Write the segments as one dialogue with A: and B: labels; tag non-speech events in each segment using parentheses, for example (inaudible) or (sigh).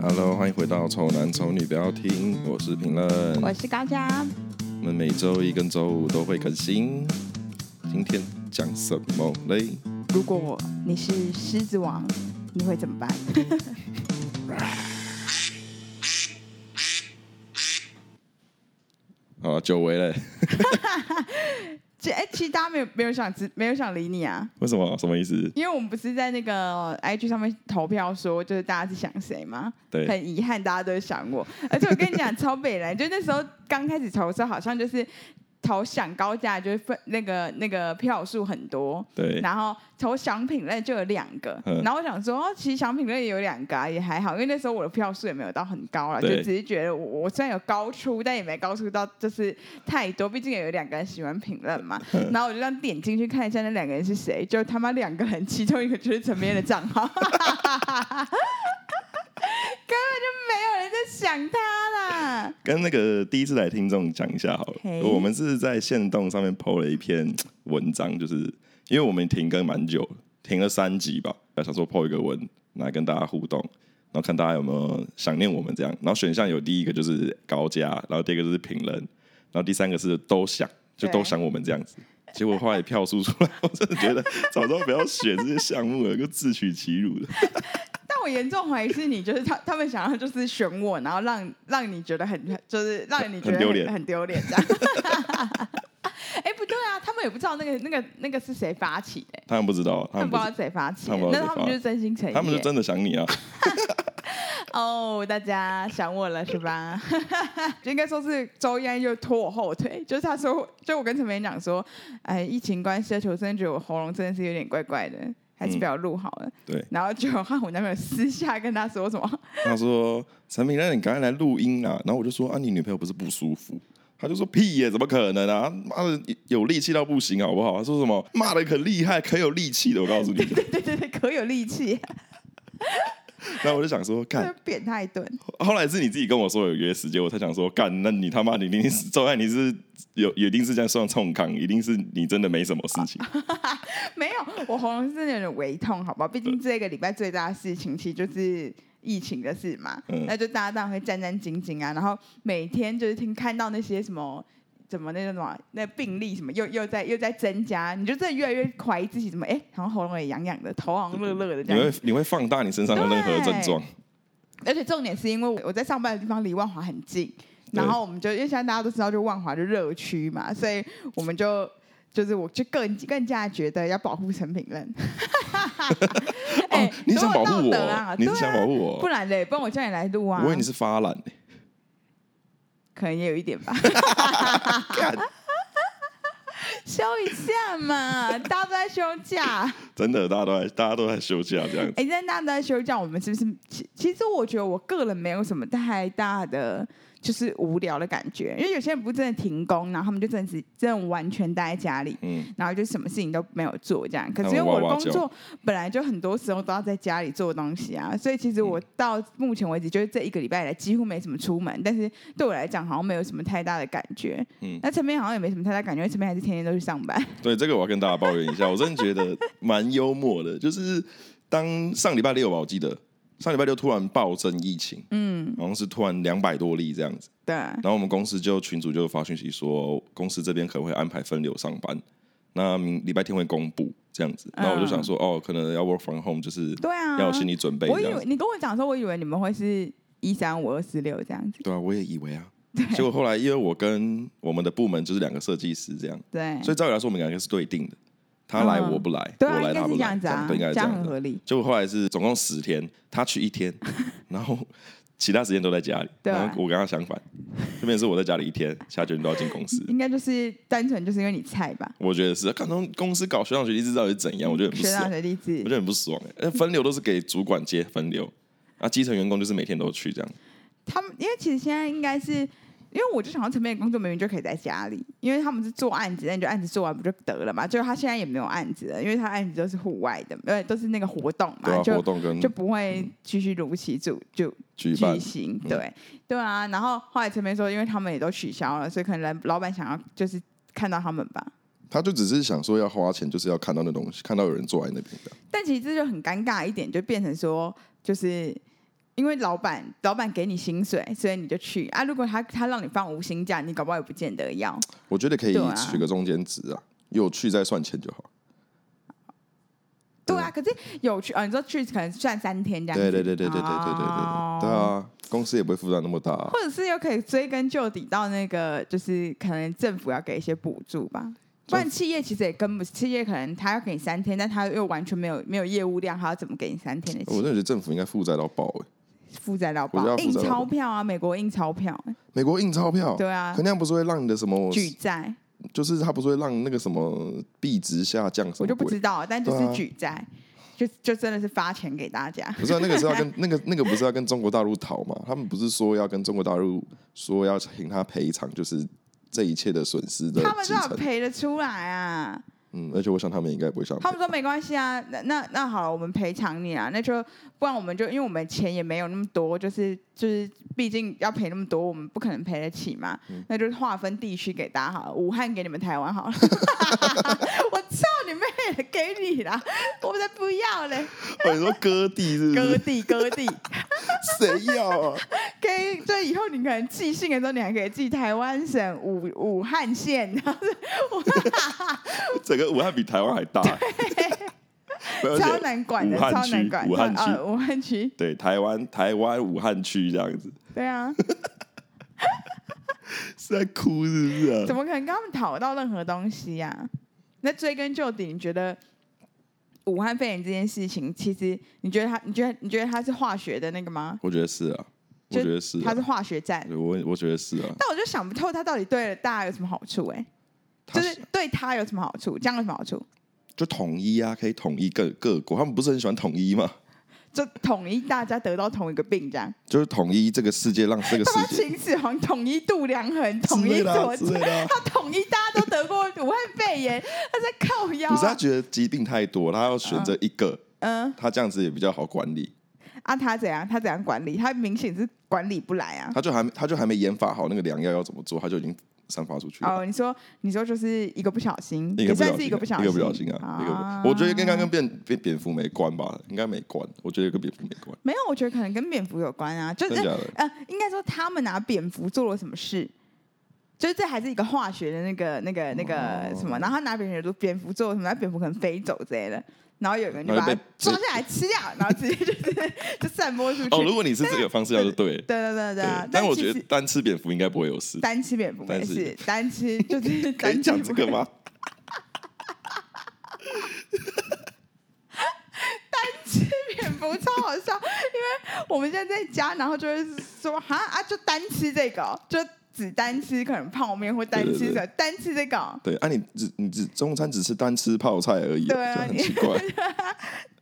A: Hello，欢迎回到《丑男丑女》，不要听，我是评论。
B: 我是高嘉，
A: 我们每周一跟周五都会更新。今天讲什么嘞？
B: 如果你是狮子王，你会怎么办？ (laughs)
A: 好、啊，久违嘞，
B: 其哎、其实大家没有没有想知，没有想理你啊，
A: 为什么？什么意思？
B: 因为我们不是在那个 IG 上面投票说，就是大家是想谁吗？
A: 对，
B: 很遗憾，大家都是想我，而且我跟你讲， (laughs) 超北蓝，就那时候刚开始投的时候，好像就是投想高价，就是分那个那个票数很多，
A: 对，
B: 然后投奖品类就有两个
A: 嗯，
B: 然后我想说，哦其实奖品类也有两个、啊，也还好，因为那时候我的票数也没有到很高啊了，就
A: 对
B: 只是觉得我我虽然有高出，但也没高出到就是太多，毕竟也有两个人喜欢评
A: (laughs)
B: 论嘛。
A: 嗯
B: 然后我就这样点进去看一下那两个人是谁，就他妈两个人，其中一个就是陈明的
A: (laughs)
B: 账号， (laughs) 根本就没有人在想他啦。
A: 跟那个第一次来听众讲一下好了。
B: 嘿
A: 我们是在线动上面 PO 了一篇文章，就是因为我们停更蛮久了，停了三集吧，想说 PO 一个文来跟大家互动，然后看大家有没有想念我们这样。然后选项有第一个就是高价，然后第二个就是评论，然后第三个是都想，就
B: 对
A: 都想我们这样子。结果后来票数出来，我真的觉得早知道不要选这些项目了，就自取其辱了。
B: 但我严重怀疑是你，就是他 (laughs) 他们想要就是选我，然后让让你觉得很就是让你觉得
A: 很丢脸
B: 很丢脸这样。 (laughs) 哎、不对啊，他们也不知道那个那个那个是谁发起的、
A: 他们不知道，
B: 他
A: 他
B: 们
A: 们不
B: 不知道
A: 知
B: 谁发起
A: 他
B: 的
A: 们，不知道
B: 那
A: 谁
B: 他
A: 发
B: 们就是真心诚意、
A: 他们就真的想你啊。
B: (laughs) 哦大家想我了是吧？ (laughs) 就应该说是周一安又拖我后腿，就是他说，就我跟陈美讲说，哎，疫情关系，而且我真的觉得我喉咙真的是有点怪怪的，还
A: 嗯
B: 是不要录好了。
A: 对，
B: 然后就和我男朋友私下跟他说什么？
A: 他说：“陈明，那你赶快来录音啦。”然后我就说：“啊，你女朋友不是不舒服？”他就说：“屁耶，怎么可能啊？妈的，有力气到不行，好不好？”他说什么骂的可厉害，可有力气的，我告诉你。
B: 对对对，可有力气。
A: 然后我就想说，干
B: 就，扁他一顿。
A: 后来是你自己跟我说有约时间，我才想说，干，那你他妈你一定是周爱，你是有一定是这样算冲康，一定是你真的没什么事
B: 啊
A: 情。
B: 没有，我喉咙是真的有点微痛，好不好？毕竟这个礼拜最大的事情其实就是疫情的事嘛，
A: 嗯
B: 那就大家当然会战战兢兢啊。然后每天就是听看到那些什么。怎么那个什么，那病例什么又又在又在增加，你就真的越来越怀疑自己怎么哎，好像喉咙也痒痒的，头好像热热的
A: 你
B: 这
A: 会
B: 样。
A: 你会放大你身上的任何症状，
B: 而且重点是因为我在上班的地方离万华很近，然后我们就因为现在大家都知道，就万华就热区嘛，所以我们就就是我就更更加觉得要保护成品 (laughs) 人。哎、
A: 哦你想保护
B: 多有
A: 我
B: 道德啊、
A: 你是
B: 对啊
A: 想保护我
B: 不然嘞，不然我叫你来录啊
A: 我以。为你是发懒、
B: 可能也有
A: (laughs)
B: 一点吧。 (laughs) 休一下嘛，大家都在休假。
A: 真的，大家都在大家都在休假这样子。
B: 哎、那大家都在休假，我们是不是？其其实我觉得我个人没有什么太大的就是无聊的感觉，因为有些人不是真的停工，然后他们就真的是真的完全待在家里，
A: 嗯，
B: 然后就什么事情都没有做这样。可
A: 他
B: 是
A: 们
B: 因为我
A: 啊
B: 的
A: 哇哇
B: 工
A: 叫
B: 作本来就很多时候都要在家里做东西啊，所以其实我到目前为止就是这一个礼拜以来几乎没怎么出门，但是对我来讲好像没有什么太大的感觉。
A: 嗯
B: 嗯，那陈面好像也没什么太大感觉，因为陈面还是天天都去上班。
A: 对，这个我要跟大家抱怨一下，我真的觉得蛮幽默的。就是当上礼拜六吧，我记得上礼拜六突然暴增疫情，嗯，好像是突然两百多例这样子。
B: 对，啊
A: 然后我们公司就群主就发讯息说，公司这边可能会安排分流上班，那明礼拜天会公布这样子。然后我就想说，哦，可能要 work from home，就是
B: 嗯对啊，
A: 要有心理准备这
B: 我以
A: 样
B: 为
A: 子。
B: 你跟我讲的时候，我以为你们会是一三五二四六这样子。 (laughs)
A: 对啊，我也以为啊。结果后来，因为我跟我们的部门就是两个设计师这样，
B: 对，
A: 所以照理来说我们两个是对定的，他来
B: 嗯
A: 我不来，
B: 对
A: 我
B: 啊，应
A: 来
B: 该
A: 他
B: 是
A: 不
B: 这
A: 来，
B: 样子啊，
A: 对，应该是
B: 这
A: 这
B: 样
A: 样
B: 很
A: 子啊
B: 合理。
A: 结果后来是总共十天，他去一天，然后其他时间都在家里。
B: 对啊
A: 然后我跟他相反，这边是我在家里一天，其他九天都要进公司。
B: 应该就是单纯就是因为你菜吧，
A: 我觉得是，看他们公司搞学长学弟制到底是啊怎样，我觉得很不
B: 学长
A: 爽，
B: 学弟
A: 我
B: 制
A: 觉。得很不爽、欸。呃分流都是给主管接分流，啊，基层员工就是每天都去这样。
B: 他们因为其实现在应该是，因为我就想到陈面的工作明明就可以在家里，因为他们是做案子，那你就案子做完不就得了嘛？就是他现在也没有案子了，因为他案子都是户外的，呃，都是那个活动
A: 对
B: 嘛，
A: 啊，活
B: 就
A: 动跟
B: 就不会继续如期主就
A: 举办
B: 举，行，对、对啊。然后后来陈面说，因为他们也都取消了，所以可能老板想要就是看到他们吧。
A: 他就只是想说要花钱，就是要看到那东西，看到有人坐在那边的。
B: 但其实这就很尴尬一点，就变成说，就是因为老板老板给你薪水，所以你就去啊。如果他他让你放无薪假，你搞不好也不见得要。
A: 我觉得可以
B: 对啊
A: 取个中间值啊，有去再算钱就好。
B: 对啊，可是有去啊、哦，你说去可能算三天这样
A: 对
B: 子。
A: 对对对对对对对对对，对啊，
B: 哦
A: 公司也不会负担那么大啊、
B: 或者是又可以追根究底到那个，就是可能政府要给一些补助吧。不然企业其实也跟不，企业可能他要给你三天，但他又完全没有没有业务量，他要怎么给你三天的
A: 我真
B: 钱？
A: 的觉得政府应该负债到爆哎、
B: 负债到
A: 我觉得
B: 爆，
A: 要
B: 印
A: 负债到爆
B: 钞票啊，美国印钞票，
A: 美国印钞票，
B: 对啊
A: 可，那样不是会让你的什么，
B: 举债，
A: 就是它不是会让那个什么币值下降什
B: 我
A: 么
B: 就不
A: 鬼？
B: 知道，但就
A: 对啊
B: 是举债，就就真的是发钱给大家。
A: 不是、啊、那个是要跟 (laughs) 那个那个不是要跟中国大陆讨嘛？他们不是说要跟中国大陆说要请他赔偿，就是这一切的损失的
B: 他们
A: 继
B: 至少
A: 承。
B: 赔得出来啊！
A: 嗯，而且我想他们应该不会想赔
B: 他们说没关系啊，那那那好了，我们赔偿你啊，那就不然我们就因为我们钱也没有那么多，就是就是毕竟要赔那么多，我们不可能赔得起嘛，
A: 嗯
B: 那就划分地区给大家好了，武汉给你们台
A: (laughs)
B: 湾好了，我操你妹的，给你啦，我才不要嘞，
A: 哦，你说割地是不
B: 割
A: 是？
B: 地割地，
A: 谁要啊？
B: (laughs) 给所以以后你可能寄信的时候，你还可以寄台湾省武武汉县，
A: 呃
B: 然后
A: 整个武汉比台湾还大、 (laughs) 没有而且
B: 超难管的，
A: 武汉
B: 超难
A: 区
B: 管，
A: 武汉区
B: 呃武汉区，
A: 对，台湾台湾武汉区这样子
B: 对啊。
A: 是在哭是不是、啊？
B: 怎么可能跟他们讨到任何东西呀、那追根究底，你觉得武汉肺炎这件事情，其实你觉得它，你觉得你觉得它是化学的那个吗？
A: 我觉得是啊，我
B: 就
A: 觉得是、啊，
B: 它是化学战，
A: 对我我觉得是啊，
B: 但我就想不透它到底对大家有什么好处、欸？
A: 他
B: 就是对他有什么好处？这样有什么好处？
A: 就统一啊，可以统一各各国，他们不是很喜欢统一吗？
B: 就统一大家得到同一个病，这样
A: 就是统一这个世界，让这个
B: 他妈
A: 世界
B: 秦始皇统一度量衡，
A: 之
B: 统一
A: 类的啊、
B: 左
A: 之类的啊、
B: 他统一大家都得过武汉肺炎，他在靠腰、
A: 不是他
B: 啊。
A: 觉得疾病太多，他要选择一个，
B: 嗯，
A: 他这样子也比较好管理。
B: 啊，他怎样？他怎样管理？他明显是管理不来啊。
A: 他就还没他就还没研发好那个良药要怎么做，他就已经散发出去了。
B: (laughs) 哦，你说你说就是一个不小心，
A: 一
B: 也
A: 个不
B: 算
A: 小
B: 是
A: 心啊，
B: 一个不小
A: 一
B: 心，
A: 个不小心啊，一个不。我觉得应该跟蝙蝙蝙蝠没关吧，应该没关，我觉得跟蝙蝠没关，
B: 没有，我觉得可能跟蝙蝠有关啊，就
A: 真的
B: 是
A: 假的？
B: (laughs) 呃，应该说他们拿蝙蝠做了什么事。就是这还是一个化学的那个、那个、那
A: 哦
B: 个什么，然后他拿蝙蝠做蝙蝠做什么，然后蝙蝠可能飞走之类的，然后有人就
A: 然
B: 把
A: 后就
B: 它
A: 被
B: 抓下来吃掉，然后直接就是 (laughs) 就散播出去。
A: 哦，如果你是这个方式，要就对了。
B: 对对对对啊，
A: 但我
B: 其
A: 觉得
B: 实
A: 单吃蝙蝠应该不会有事。
B: 单吃蝙蝠没
A: 单吃
B: 事，单吃就
A: (laughs)
B: 是
A: 可
B: 单
A: 以
B: 吃
A: 讲这
B: 不
A: 个
B: 会 (laughs)
A: 吗？
B: 蝙蝠超好笑，因为我们现在在家，然后就会说哈啊，就单吃这个哦，就只单吃可能泡面或单吃
A: 对对
B: 什
A: 对
B: 么，单吃这个哦。
A: 对啊你，只你只中餐只吃单吃泡菜而已，
B: 对啊
A: 就很
B: 你
A: 奇
B: (laughs)
A: 怪。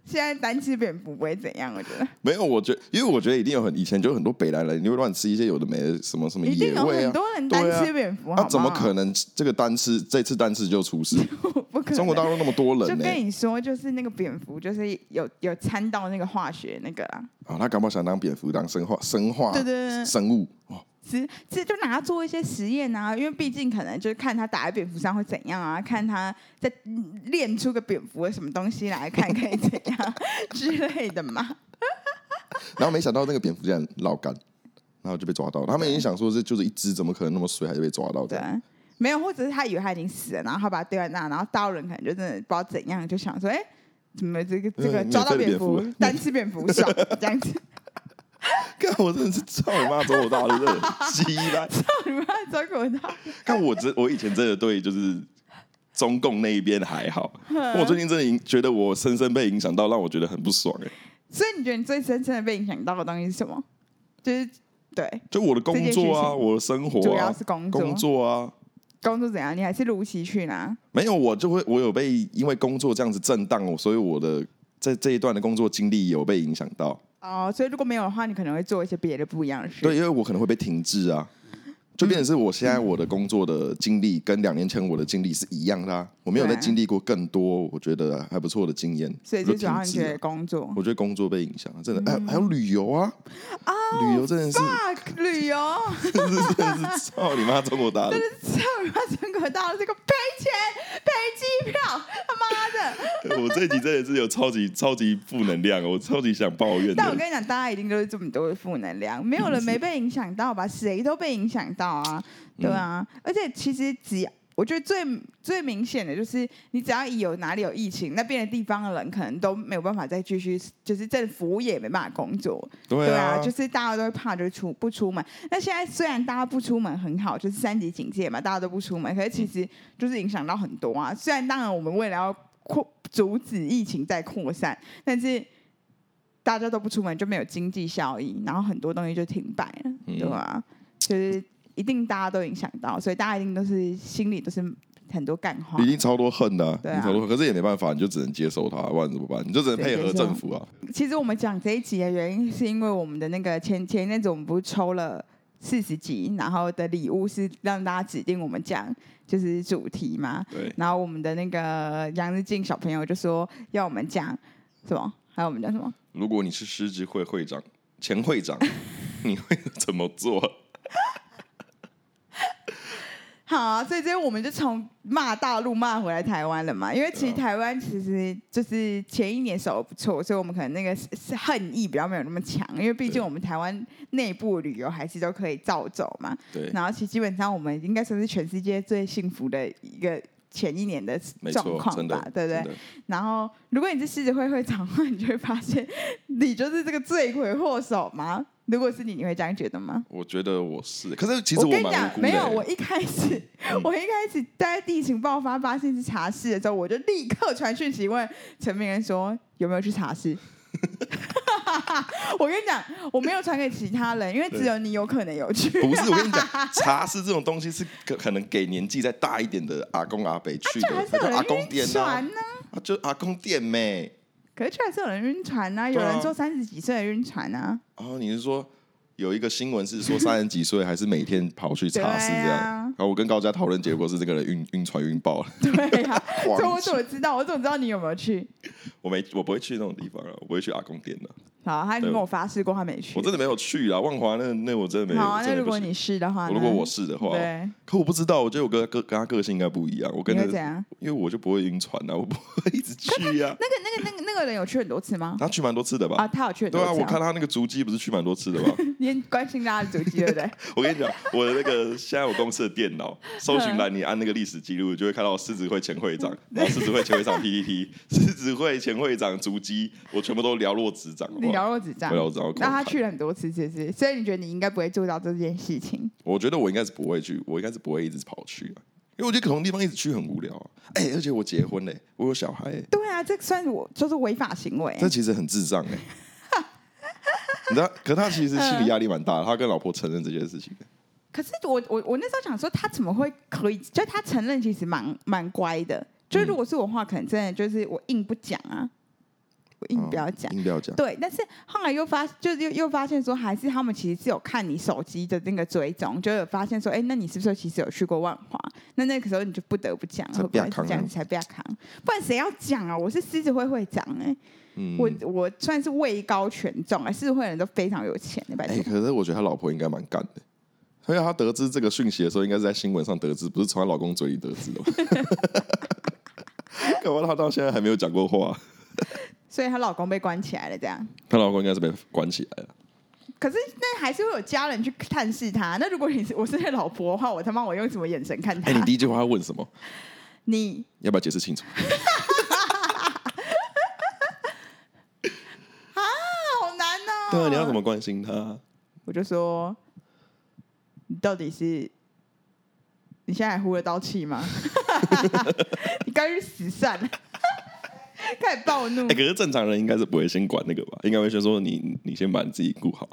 B: 现在单吃蝙蝠不会怎样，我觉得
A: 没有，我觉得，因为我觉得一定有很以前就有很多北来人，你会乱吃一些有的没的什么什么
B: 一定
A: 野
B: 有
A: 味
B: 很
A: 啊。
B: 多人
A: 对
B: 单
A: 啊
B: 吃蝙蝠，好
A: 啊，
B: 吗
A: 怎么可能这个单吃这次单吃就出事？
B: (laughs) 不可能？
A: 中国大陆那么多
B: 就
A: 人呢、
B: 跟你说，就是那个蝙蝠，就是有有掺到那个化学那个啦，
A: 啊，他搞不好想当蝙蝠当生化生化
B: 对对对
A: 生物哦，
B: 只只就拿它做一些实验啊，因为毕竟可能就是看它打在蝙蝠上会怎样啊，看它再嗯练出个蝙蝠的什么东西来看可以怎样 (laughs) 之类的嘛。
A: 然后没想到那个蝙蝠竟然老干，然后就被抓到了。他们也想说这就是一只，怎么可能那么水还是被抓到
B: 对
A: 的？，
B: 没有，或者是他以为他已经死了，然后他把它丢在那，然后刀人可能就真的不知道怎样，就想说，哎、怎么这个这个
A: 嗯
B: 抓到
A: 免费的
B: 蝙蝠
A: 蝙蝠，
B: 单吃蝙蝠爽
A: (laughs)
B: 这样子，
A: 看我真的是操你妈中国大陆
B: (laughs)
A: 的鸡来！
B: 你们中国的
A: (laughs) 看我真我以前真的对就是中共那一边还
B: (laughs)
A: 好，
B: 嗯
A: 我最近真的影觉得我深深被影响到，让我觉得很不爽哎、
B: 所以你觉得你最深深的被影响到的东西是什么？就是对
A: 就我的工作
B: 这件事
A: 啊，
B: 情
A: 我的生活
B: 主要
A: 啊
B: 是，工作
A: 工作啊，
B: 工作怎样？你还是如期去拿？
A: 没有我就会我有被因为工作这样子震荡，哦所以我的在这一段的工作经历有被影响到。
B: 哦，所以如果没有的话，你可能会做一些别的不一样的事。
A: 对，因为我可能会被停滞啊，就变成是我现在我的工作的经历跟两年前我的经历是一样的、啊，我没有再
B: 对
A: 经历过更多我觉得还不错的经验，
B: 所以
A: 我
B: 就
A: 就
B: 主要
A: 停
B: 你
A: 滞
B: 觉
A: 了
B: 得工作
A: 我觉得工作被影响了，真的，还、还有旅游啊，旅游真的是，
B: 嗯哦啊，旅游，
A: 真的是 (laughs) 真的是操你妈中国大陆，
B: 操你妈！中国大陆这个赔钱赔机票，他妈的！
A: 我这一集真的是有超级超级负能量，我超级想抱怨
B: 但我
A: 的。
B: 跟你讲，大家一定都是这么多的负能量，没有人没被影响到吧？谁都被影响到啊，对啊。而且其实只要我觉得最最明显的就是，你只要一有哪里有疫情，那边的地方的人可能都没有办法再继续，就是政府也没办法工作，
A: 对
B: 对啊，就是大家都会怕，就是出不出门。那现在虽然大家不出门很好，就是三级警戒嘛，大家都不出门，可是其实就是影响到很多啊。虽然当然我们为了要扩阻止疫情再扩散，但是大家都不出门就没有经济效益，然后很多东西就停摆了，
A: 嗯
B: 对吧、就是一定大家都影响到，所以大家一定都是心里都是很多干话
A: 一。定超多恨的、啊，
B: 哦对啊
A: 一定超多恨，可是也没办法，你就只能接受它，不然怎么办？你就只能配合政府啊。
B: 其实我们讲这一集的原因，是因为我们的那个前前一阵子我们不是抽了四十集，然后的礼物是让大家指定我们讲就是主题嘛。
A: 对，
B: 然后我们的那个杨日进小朋友就说要我们讲什么，还有我们讲什么？
A: 如果你是狮子会会长、前会
B: (laughs)
A: 长，你会怎么做？
B: 好、啊，所以这些我们就从骂大陆骂回来台湾了嘛，因为其实
A: 对
B: 台湾其实就是前一年守的不错，所以我们可能那个是是恨意比较没有那么强，因为毕竟
A: 对
B: 我们台湾内部旅游还是都可以照走嘛。
A: 对，
B: 然后其实基本上我们应该算是全世界最幸福的一个前一年的
A: 没
B: 状
A: 错，
B: 况
A: 真
B: 吧
A: 的，，
B: 对不对
A: 真？的？
B: 然后如果你是狮子会会长的话，你就会发现你就是这个罪魁祸首嘛。如果是你，你会这样觉得吗？
A: 我觉得我是，可是其实
B: 我跟你
A: 蛮无
B: 讲，
A: 辜的、嗯
B: 没有，
A: 欸
B: 我一开始，我一开始在地勤爆发发现是茶室的时候，我就立刻传讯息问陈明仁说有没有去茶室。 (laughs) 我跟你讲，我没有传给其他人，因为只有你有可能有去。
A: (laughs) 不是，我跟你
B: (laughs)
A: 讲，茶室这种东西是可可能给年纪再大一点的阿公阿伯去
B: 就啊还
A: 的，他
B: 是有
A: 叫阿
B: 人
A: 公
B: 晕
A: 店啊
B: 船，呢、
A: 啊就阿公店妹。
B: 可是就还是有人晕船呐、有
A: 对啊
B: 人说三十几岁的晕船啊
A: (laughs)
B: 呐、
A: 哦，你是说有一个新闻是说三十几
B: (laughs)
A: 岁还是每天跑去茶室这
B: 对
A: 样？
B: 啊
A: 然后我跟高佳讨论结果是这个人晕晕船晕爆
B: (laughs)
A: 了，
B: 对呀、
A: 狂
B: 所以我
A: 去
B: 怎么知道？我怎么知道你有没有去？
A: 我没我不会去那种地方啊了，我不会去阿公
B: (laughs)
A: 店的，
B: 好，他已经
A: 对
B: 跟我发誓过他没去
A: 我。真的没有去啊。万华那那我真的没有。
B: 好啊，那
A: 真的
B: 如
A: 不
B: 果
A: 行
B: 你是的话呢，
A: 如果我是的话，
B: 对，
A: 可我不知道，我觉得我跟个跟他个性应该不一样，我跟
B: 你
A: 他
B: 会怎样？
A: 因为我就不会晕船啊，我不会一直去啊。
B: 那个、那个、那个、那个人有去很多次吗？
A: 他去蛮多次的吧？
B: 啊，他有去很
A: 对
B: 多次、
A: 啊，我看他那个足迹不是去蛮多次的
B: (laughs)
A: 吗？
B: 你很关心他的足迹，对不对？
A: 我跟你讲，我的那个现在我公司的电脑
B: 嗯
A: 搜寻栏，你按那个历史记录，就会看到狮子会前会长，然后狮子会前会长 PPT，狮 (laughs) 子会前会长足迹，我全部都寥落指掌。好不
B: 你
A: 好
B: 了若指掌
A: (laughs) 我。了若指
B: 那
A: 掌。
B: 他
A: 我看
B: 去了很多次，是不是？所以你觉得你应该不会做到这件事情？
A: 我觉得我应该是不会去，我应该是不会一直跑去啊，因为我觉得可能地方一直去很无聊啊。哎、而且我结婚嘞、我有小孩、欸，
B: 对啊，这算是我就是违法行为。
A: 这其实很智障
B: (laughs)
A: 哎、你知道，可他其实心理压力蛮大的，他跟老婆承认这件事情。
B: 可是我我我那时候想说，他怎么会可以？就他承认其实蛮蛮乖的。就是如果是我的话，可能真的就是我硬不讲啊，我硬不要
A: 嗯
B: 讲。
A: 哦硬不要讲。
B: 对，但是后来又发，就是又又发现说，还是他们其实是有看你手机的那个追踪，就有发现说，哎、那你是不是其实有去过万华？那那个时候你就不得不讲，
A: 才
B: 会不
A: 不要
B: 会是
A: 扛
B: 这样
A: 啊
B: 子才不要扛？不然谁要讲啊？我是狮子会会长哎、
A: 嗯
B: 我我算是位高权重哎、狮子会的人都非常有钱的，拜
A: 哎、
B: 托。
A: 可是我觉得他老婆应该蛮干的，所以他得知这个讯息的时候，应该是在新闻上得知，不是从她老公嘴里得知的吧。 (laughs) 干嘛？她到现在还没有讲过话，
B: 所以她老公被关起来了，这样。
A: 她老公应该是被关起来了。
B: 可是那还是会有家人去探视他。那如果你是我是那老婆的话，我他妈我用什么眼神看他？
A: 哎、你第一句话要问什么？
B: 你
A: 要不要解释清楚？
B: 好难哦。
A: 对啊，你要怎么关心她？
B: 我就说，你到底是你现在还呼得到气吗？ (laughs) 你该去死算了！ (laughs) 开始暴怒
A: 哎、。可是正常人应该是不会先管那个吧？应该会先说你，你先把你自己顾好。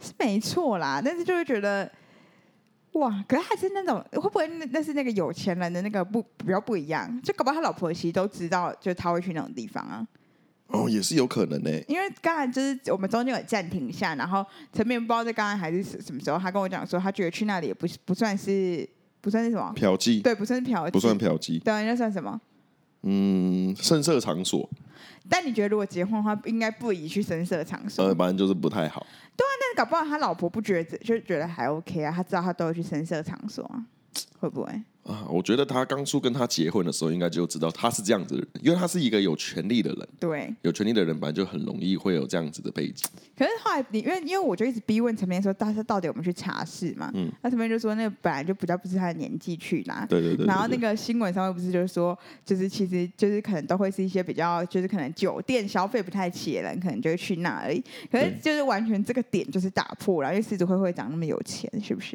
B: 是没错啦，但是就会觉得，哇，可是还是那种会不会那那是那个有钱人的那个不比较不一样？就搞不好他老婆其实都知道，就他会去那种地方啊。
A: 哦，也是有可能呢、
B: 因为刚才就是我们中间有暂停一下，然后陈明不知道在刚才还是什什么时候，他跟我讲说，他觉得去那里也不是不算是不算是什么，
A: 嫖妓
B: 对，不算是嫖妓，
A: 不算嫖妓，
B: 对，啊那算什么？
A: 嗯，声色场所，
B: 但你觉得如果结婚的话，应该不宜去深色场所？
A: 呃，反正就是不太好。
B: 但搞不好他老婆不觉得，就觉得还 OK 啊，他知道他都有去深色场所啊，会不会？
A: 啊，我觉得他当初跟他结婚的时候，应该就知道他是这样子的人，因为他是一个有权利的人，
B: 对，
A: 有权利的人本来就很容易会有这样子的背景。
B: 可是后来你因为因为我就一直逼问陈明说，大家到底有没有去查事嘛？
A: 嗯
B: 那陈明就说那个本来就比较不是他的年纪去啦，
A: 对对对对
B: 然后那
A: 对
B: 个新闻上面不是就是说，就是其实就是可能都会是一些比较就是可能酒店消费不太起的人，可能就会去那而已。可是
A: 对
B: 就是完全这个点就是打破了，因为狮子会会长那么有钱，是不是？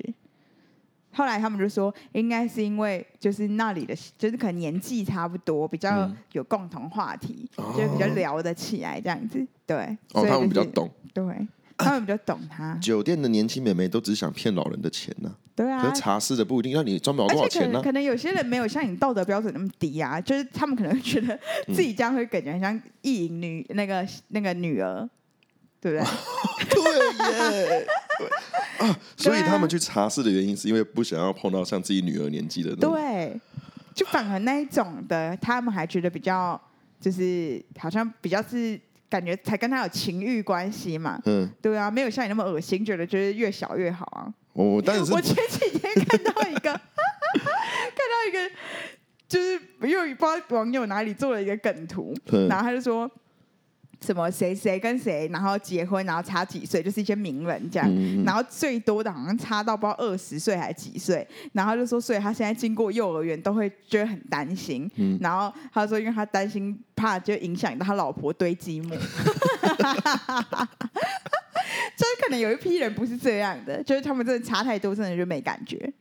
B: 后来他们就说，应该是因为就是那里的，就是可能年纪差不多，比较
A: 嗯
B: 有共同话题，
A: 哦
B: 就比较聊得起来这样子。对，所
A: 哦，
B: 以
A: 他们比较
B: 就是
A: 懂，
B: 对，他们比较懂他。
A: 酒店的年轻美眉都只想骗老人的钱呐、
B: 对啊，
A: 可是茶室的不一定，那你赚不了
B: 而
A: 多少
B: 且可
A: 钱呢、
B: 能可能有些人没有像你道德标准那么低啊， (laughs) 就是他们可能会觉得
A: 嗯
B: 自己这样会感觉很像意淫女那个那个女儿，对
A: (laughs)
B: 不对？
A: 对 (laughs) 耶。啊，所以
B: 对啊
A: 他们去茶室的原因是因为不想要碰到像自己女儿年纪的那种。
B: 对，就反而那一种的，他们还觉得比较就是好像比较是感觉才跟他有情欲关系嘛。
A: 嗯，
B: 对啊，没有像你那么恶心，觉得就是越小越好啊。
A: 我但是
B: (laughs) 我前几天看到一个， (laughs) 看到一个，就是因为不知道网友哪里做了一个梗图，
A: 嗯
B: 然后他就说什么谁谁跟谁，然后结婚，然后差几岁，就是一些名人这样，
A: 嗯嗯
B: 然后最多的好像差到不知道二十岁还几岁，然后他就说，所以他现在经过幼儿园都会觉得很担心，
A: 嗯
B: 然后他说，因为他担心怕就影响到他老婆堆积
A: (laughs)
B: 木。就是可能有一批人不是这样的，就是他们真的差太多，真的就没感觉。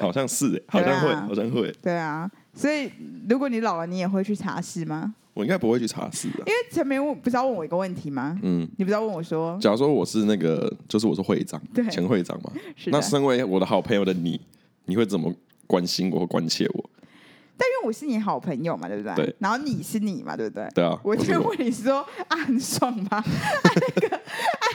A: 好像是耶，好像会，
B: 对啊
A: 好像会。
B: 对啊，所以如果你老了，你也会去查事吗？
A: 我应该不会去茶室啊的
B: 因。为前面问不是要问我一个问题吗？
A: 嗯，
B: 你不是要问我说，
A: 假如说我是那个，就是我是会长
B: 对，
A: 前会长嘛。
B: 是
A: 那
B: 的，但
A: 身为我的好朋友的你，你会怎么关心我或关切我？
B: 因为我是你好朋友嘛，对不对？
A: 对
B: 然后你是你嘛，对不对？
A: 对啊，
B: 我
A: 是
B: 就
A: 我
B: 问你说啊，很爽吗？ (laughs) 啊那个啊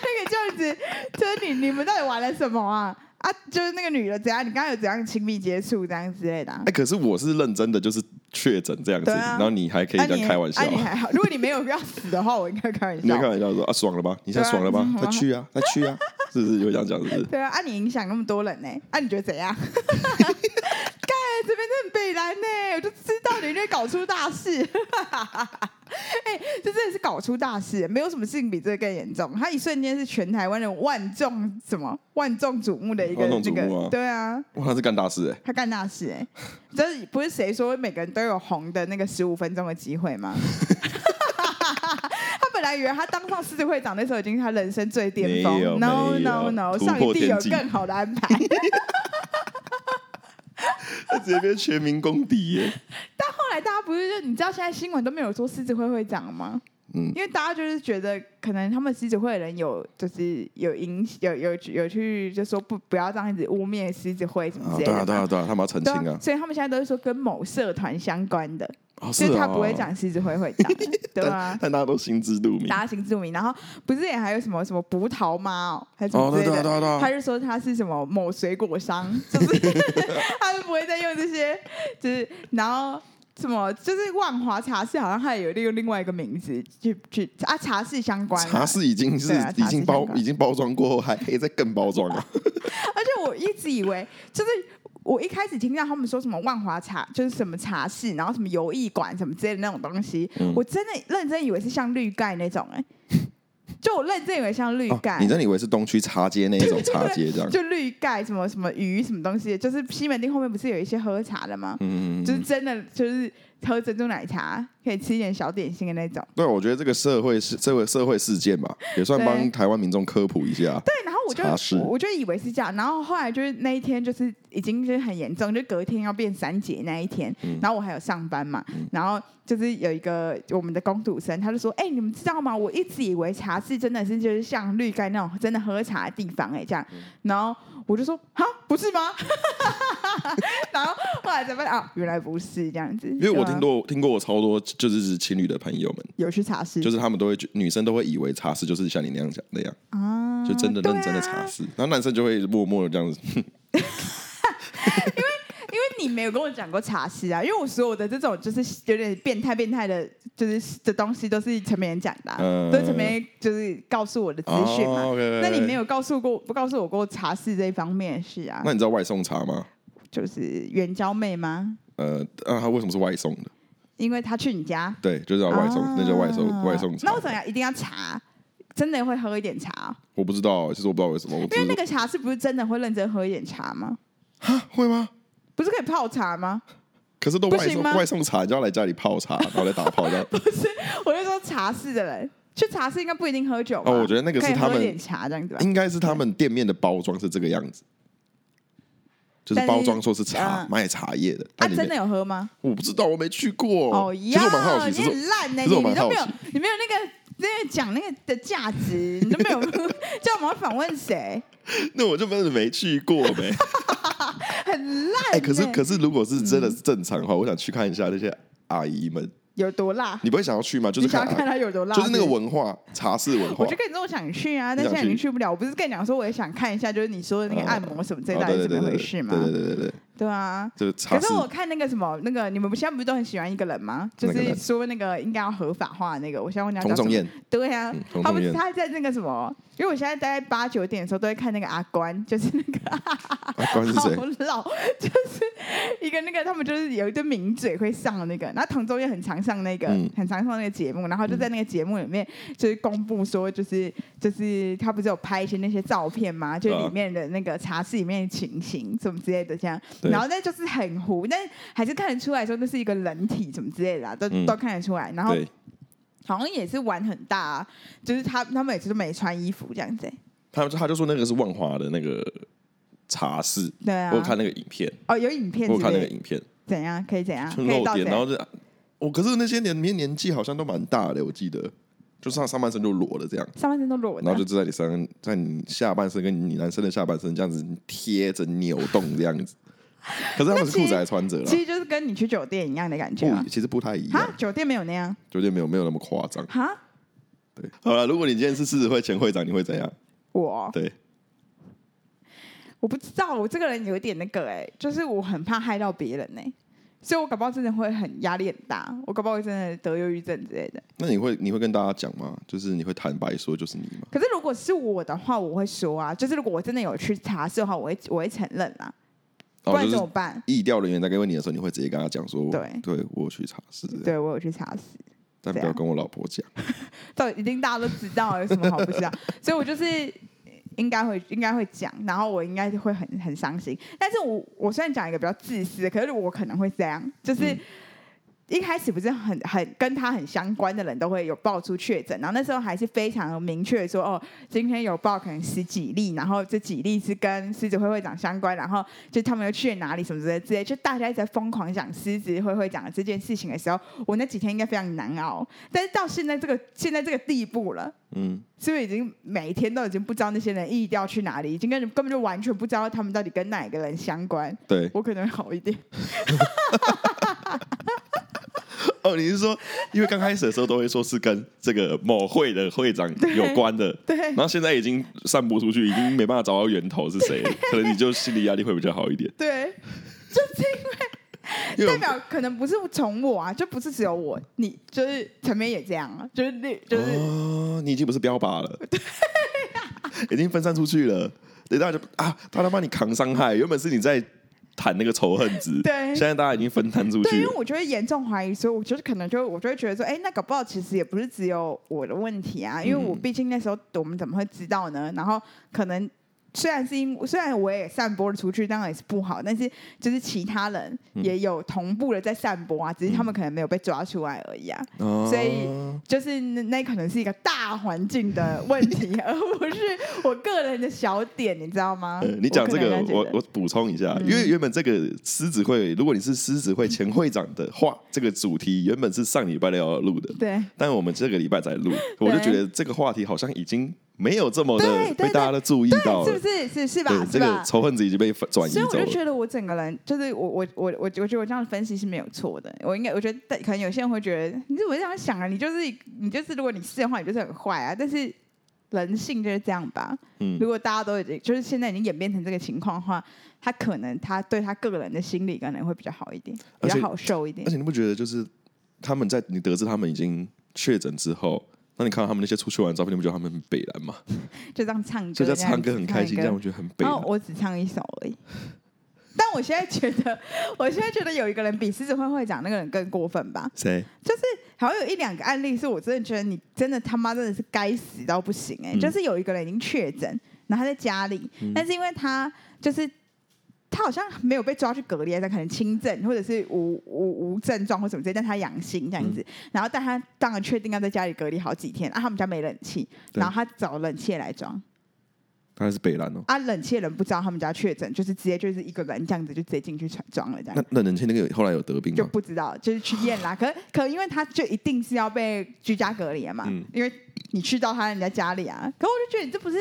B: 那个这样子，就是你你们到底玩了什么啊？啊，就是那个女的怎样？你刚刚有怎样亲密接触这样之类的、啊
A: (laughs) 哎、？可是我是认真的，就是确诊这样子，
B: 对啊
A: 然后你还可以
B: 啊
A: 这
B: 你
A: 样开玩笑，
B: 啊你还好。如果你没有要死的话，我应该开玩
A: 你
B: 笑
A: 会。开玩笑说啊，爽了吧？你现在爽了吧？
B: 对啊
A: 再去啊，再去啊，
B: (laughs)
A: 是不是有这样讲？是不是？
B: 对啊，啊你影响那么多人呢、啊你觉得
A: (laughs)
B: 怎样？干，这边真的很北蓝呢、我就知道你一定会搞出大事。哎、这真的是搞出大事，没有什么事情比这个更严重。他一瞬间是全台湾人万众什么万众瞩目的一个
A: 万众
B: 这
A: 瞩目
B: 个，
A: 啊
B: 对啊，
A: 哇，他是干大事哎、
B: 他干大事哎、 (laughs) 就是不是谁说每个人都有红的那个十五分钟的机会吗？ (laughs) 他本来以为他当上狮子会长那时候已经是他人生最巅
A: 没有
B: 峰，no
A: 没有
B: no no，
A: 突
B: 上
A: 破
B: 一帝
A: 天
B: 有
A: 际
B: 更好的安排。
A: 他直接变全民公敌耶、
B: 但 (laughs) 后来大家不是就你知道现在新闻都没有说狮子会会长吗？
A: 嗯
B: 因为大家就是觉得可能他们狮子会的人有就是有影有有有去就说不不要这样子污蔑狮子会什么
A: 啊，
B: 之类
A: 对
B: 的
A: 啊，
B: 嘛。
A: 对啊，对啊，他们要澄
B: 对
A: 清啊，
B: 啊所以他们现在都是说跟某社团相关的，
A: 哦，
B: 就是是他
A: 哦
B: 不会，讲狮子会会
A: (laughs)
B: 长，对吧
A: 但？但大家都心知肚明。
B: 大家心知肚明。然后不是也还有什么什么葡萄吗？哦，还是什
A: 哦，
B: 么
A: 对
B: 之
A: 对
B: 类
A: 啊
B: 的？
A: 对啊对啊
B: 他，就说他是什么某水果
A: (laughs)
B: 商，就是 (laughs) 他们不会再用这些，就是然后什么就是万华茶室，好像还有利用另外一个名字去去啊茶室相关啊。
A: 茶室已经是
B: 对啊茶室
A: 已经包
B: 相关
A: 已经包装过后，还可以再更包装
B: (laughs)
A: 啊。
B: 而且我一直以为就是。我一开始听到他们说什么万华茶，就是什么茶室，然后什么游艺馆什么之类的那种东西，
A: 嗯
B: 我真的认真以为是像绿盖那种、哎，就我认真以为像绿
A: 哦
B: 盖、
A: 你真的以为是东区茶街那一种茶街这样？
B: 就绿盖什么什么鱼什么东西，就是西门町后面不是有一些喝茶的吗？
A: 嗯，
B: 就是真的就是喝珍珠奶茶，可以吃一点小点心的那种。
A: 对，我觉得这个社会是社会社会事件吧，也算帮
B: 对
A: 台湾民众科普一下。
B: 对，然后我就
A: 茶室
B: 我我就以为是这样，然后后来就是那一天就是已经就是很严重，就隔天要变三节那一天，
A: 嗯
B: 然后我还有上班嘛，然后就是有一个我们的工读生，他就说：“哎、你们知道吗？我一直以为茶室真的是就是像绿
A: 嗯
B: 盖那种真的喝茶的地方、哎，这样。”然后我就说：“哈，不是吗？” (laughs) 然后后来才发现啊，原来不是这样子。
A: 因为我
B: 对
A: 听
B: 啊
A: 过听过我超多就是情侣的朋友们，
B: 有去查试，
A: 就是他们都会觉女生都会以为茶室就是像你那样讲那样，
B: 啊，
A: 就真的
B: 对
A: 认真的
B: 啊
A: 茶室，然后男生就会默默的这样子，
B: 因为你没有跟我讲过茶室啊，因为我所有的这种就是有点变态变态的，就是的东西都是陈明仁讲的、啊，
A: 嗯
B: 都是陈明仁就是告诉我的资讯嘛。
A: 哦，OK，OK，OK
B: 啊那你没有告诉过不告诉我过茶室这一方面的事啊？
A: 那你知道外送茶吗？
B: 就是援交妹吗？
A: 呃，啊，他为什么是外送的？
B: 因为她去你家，
A: 对，就叫外送，那叫外送
B: 啊
A: 外送茶。
B: 那为什么要一定要茶？真的会喝一点茶，
A: 我不知道，其实我不知道为什么，我
B: 因
A: 只
B: 为那
A: 是
B: 个茶室不是真的会认真喝一点茶吗？
A: 啊会吗？
B: 不是可以泡茶吗？
A: 可是都
B: 不
A: 外
B: 行
A: 送
B: 吗
A: 外送茶，你就要来家里泡茶，然后来打泡这样。
B: 我就说茶室的人去茶室应该不一定喝酒吧
A: 哦我觉得那个是
B: 可以
A: 他
B: 喝
A: 们
B: 一点茶这样子吧。
A: 应该是他们店面的包装是这个样子，就是
B: 但是
A: 包装说是茶
B: 嗯
A: 卖茶叶的，
B: 啊，
A: 但里
B: 真
A: 面
B: 的有喝吗？
A: 我不知道，我没去过。
B: 哦
A: 其
B: 呀
A: 实我蛮好奇，只
B: 你
A: 是
B: 很烂呢、
A: 其实我
B: 你你
A: 蛮
B: 都
A: 好
B: 没
A: 奇
B: 有，你没有那个那个讲那个的价值，你都
A: (laughs)
B: 没有叫我们访问谁，
A: 哎那我就真的没去过
B: (laughs)
A: 呗。
B: 很烂、欸。
A: 哎、可是可是，如果是真的是正常的话，我想去看一下那些阿姨们，
B: 有多辣？
A: 你不会想要去吗？就是
B: 你想要
A: 阿
B: 看他有多辣？
A: 就是那个。文化，茶室文化
B: 我就。跟你说我想去啊，但
A: 你想
B: 现在已经
A: 去
B: 去不了。我不是跟你讲说我也想看一下，就是你说的那个按摩什么，这
A: 哦
B: 到
A: 对对
B: 底怎
A: 对
B: 么
A: 对
B: 回
A: 对
B: 事嘛？
A: 对对对对，
B: 对啊。
A: 就是茶
B: 可
A: 室
B: 是我看那个什么，那个你们不现在不是都很喜欢一个人吗？就
A: 那个
B: 是
A: 人
B: 说那个应该要合法化的那个，我想问你
A: 童仲彦，
B: 对啊
A: 嗯，同
B: 他不
A: 性
B: 是
A: 恋
B: 他在那个什么，因为我现在大概八九点的时候都会看那个阿关，就是那个
A: 啊，关是
B: 好
A: 谁？
B: 老， (laughs) 就是一个那个他们就是有一对名嘴会上的那个，然后唐周也很常上那个，
A: 嗯
B: 很常上那个节目，然后就在那个节目里面就是公布说，就是就是他不是有拍一些那些照片吗？就是
A: 啊
B: 里面的那个茶室里面的情形什么之类的这样，
A: 对
B: 然后那就是很糊，但还是看得出来说那是一个人体什么之类的、啊，都、
A: 嗯
B: 都看得出来，然后
A: 对，
B: 好像也是玩很大、啊，就是他他们也是都没穿衣服这样子、欸。
A: 他就他就说那个是万华的那个茶室，
B: 对啊，
A: 我有看那个影片，
B: 哦，有影片
A: 我有
B: 是不
A: 看那个
B: 是？
A: 影片，
B: 怎样？可以怎样？
A: 就
B: 可
A: 露
B: 以到
A: 点，
B: 怎
A: 然后
B: 样？
A: 就我可是那些年年年纪好像都蛮大的，我记得，就上上半身就裸了这样。
B: 上半身都裸
A: 然后
B: 的
A: 就，在你身，在你下半身跟你男生的下半身这样子贴着扭动这样子。可是他们是裤子还穿着啦
B: 其，实就是跟你去酒店一样的感觉啊
A: 不，。其实不太一
B: 哈
A: 样，，
B: 酒店没有那样
A: 绝对没有没有那么夸张。
B: 哈。
A: 对，好了，如果你今天是狮子会前会长，你会怎样？
B: 我
A: 对，
B: 我不知道，我这个人有点那个哎、就是我很怕害到别人哎、所以我搞不好真的会很压力很大，我搞不好会真的得忧郁症之类的。
A: 那你会你会跟大家讲吗？就是你会坦白说就是你吗？
B: 可是如果是我的话，我会说啊，就是如果我真的有去查室的话，我会我会承认啦，不
A: 哦，
B: 然
A: 就
B: 怎么
A: 是
B: 办？
A: 意调人员在问你的时候，你会直接跟他讲说，
B: 对
A: 对我有去查室的，
B: 对啊我有去查室，
A: 但不要跟我老婆讲。
B: 到一定大家都知道，有什么好不知道？ (laughs) 所以我就是应该会应该会讲，然后我应该会很很伤心。但是我我虽然讲一个比较自私的，可是我可能会这样，就是。
A: 嗯
B: 一开始不是很很跟他很相关的人都会有爆出确诊，然后那时候还是非常明确地说，哦，今天有报可能十几例，然后这几例是跟狮子会会长相关，然后就他们又去了哪里什么之类之类，就大家一直在疯狂讲狮子会会长的这件事情的时候，我那几天应该非常难熬，但是到现在这个现在这个地步了。
A: 嗯，
B: 是不是已经每天都已经不知道那些人意调去哪里，已经根本根本就完全不知道他们到底跟哪一个人相关？
A: 对。
B: 我可能会好一点，
A: (laughs)
B: (laughs)
A: 哦，你是说，因为刚开始的时候都会说是跟这个某会的会长有关的，
B: 对
A: 然后现在已经散播出去，已经没办法找到源头是谁
B: (laughs)
A: 了，可能你就心理压力会比较好一点。
B: 对，
A: 因为
B: (laughs) 代
A: 我
B: 表可能不是从我啊，就不是只有我，你就是陈面也这样啊，就是那就是、啊
A: 哦，你已经不是标靶
B: (laughs)
A: 了，已经分散出去了。对，大家就啊，大家帮你扛伤害，原本是你在谈那个仇恨值，
B: 对
A: 现在大家已经分摊出
B: 对，
A: 去
B: 因为
A: 了。
B: 我就会严重怀疑说，我就是可能就我就会觉得说，哎、那搞不好其实也不是只有我的问题啊，因为我
A: 嗯
B: 毕竟那时候我们怎么会知道呢？然后可能虽然是因虽然我也散播了出去，当然也是不好，但是就是其他人
A: 嗯
B: 也有同步的在散播啊，只是他们可能没有被抓出来而已啊。
A: 哦
B: 所以就是那那可能是一个大环境的问题，而不是我个人的小点，你知道吗？
A: 呃你讲
B: 啊我
A: 这
B: 可
A: 个
B: 能会，觉
A: 我
B: 得
A: 我补充一下，因
B: 嗯
A: 为原本这个狮子会，如果你是狮子会前会长的话，这个主题原本是上礼拜六要录的，
B: 对。
A: 但我们这个礼拜才录，我就觉得这个话题好像已经没有这么的
B: 对对
A: 被大家都注意到
B: 是
A: 了
B: 不。是？是是吧？
A: 哦对，
B: 是
A: 这个
B: 吧？
A: 仇恨值已经被转移
B: 所以
A: 走
B: 我就
A: 了。
B: 觉得我整个人就是我我我我我觉得我这样分析是没有错的。我应该我觉得但可能有些人会觉得你怎么这样想啊？你就是你就是如果你是的话，你就是很坏啊。但是人性就是这样吧。
A: 嗯
B: 如果大家都已经就是现在已经演变成这个情况的话，他可能他对他个人的心理可能会比较好一点，比
A: 而且
B: 较好受一点
A: 而。且你不觉得就是他们在你得知他们已经确诊之后，那你看到他们那些出去玩的照片，你不觉得他们很北蓝吗？
B: 就这样唱歌，
A: 所以在
B: 这样
A: 唱歌
B: 子
A: 很开心，
B: 一个
A: 这样我觉得很北
B: 然后
A: 蓝。
B: 我只唱一首而已。但我现在觉得， (laughs) 我现在觉得有一个人比狮子会会长那个人更过分吧。
A: 谁？
B: 好像有一两个案例是我真的觉得你真的他妈真的是该死到不行哎、
A: 嗯
B: 就是有一个人已经确诊，然后他在家里，但是因为他就是他好像没有被抓去隔离，他可能轻症或者是无无无症状或什么之类，但他阳性这样子，
A: 嗯
B: 然后但他当然确定要在家里隔离好几天啊，他们家没冷气，
A: 对
B: 然后他找冷气来装
A: 当然是北蓝哦。
B: 啊，冷气的人不知道他们家确诊，就是直接就是一个人这样子就直接进去装装了这样
A: 那那人气那个有后来有得病
B: 就
A: 吗？
B: 不知道，就是去
A: (laughs)
B: 验啦。可可，因为他就一定是要被居家隔离了嘛，
A: 嗯
B: 因为你去到他人家家里啊。可我就觉得你这不是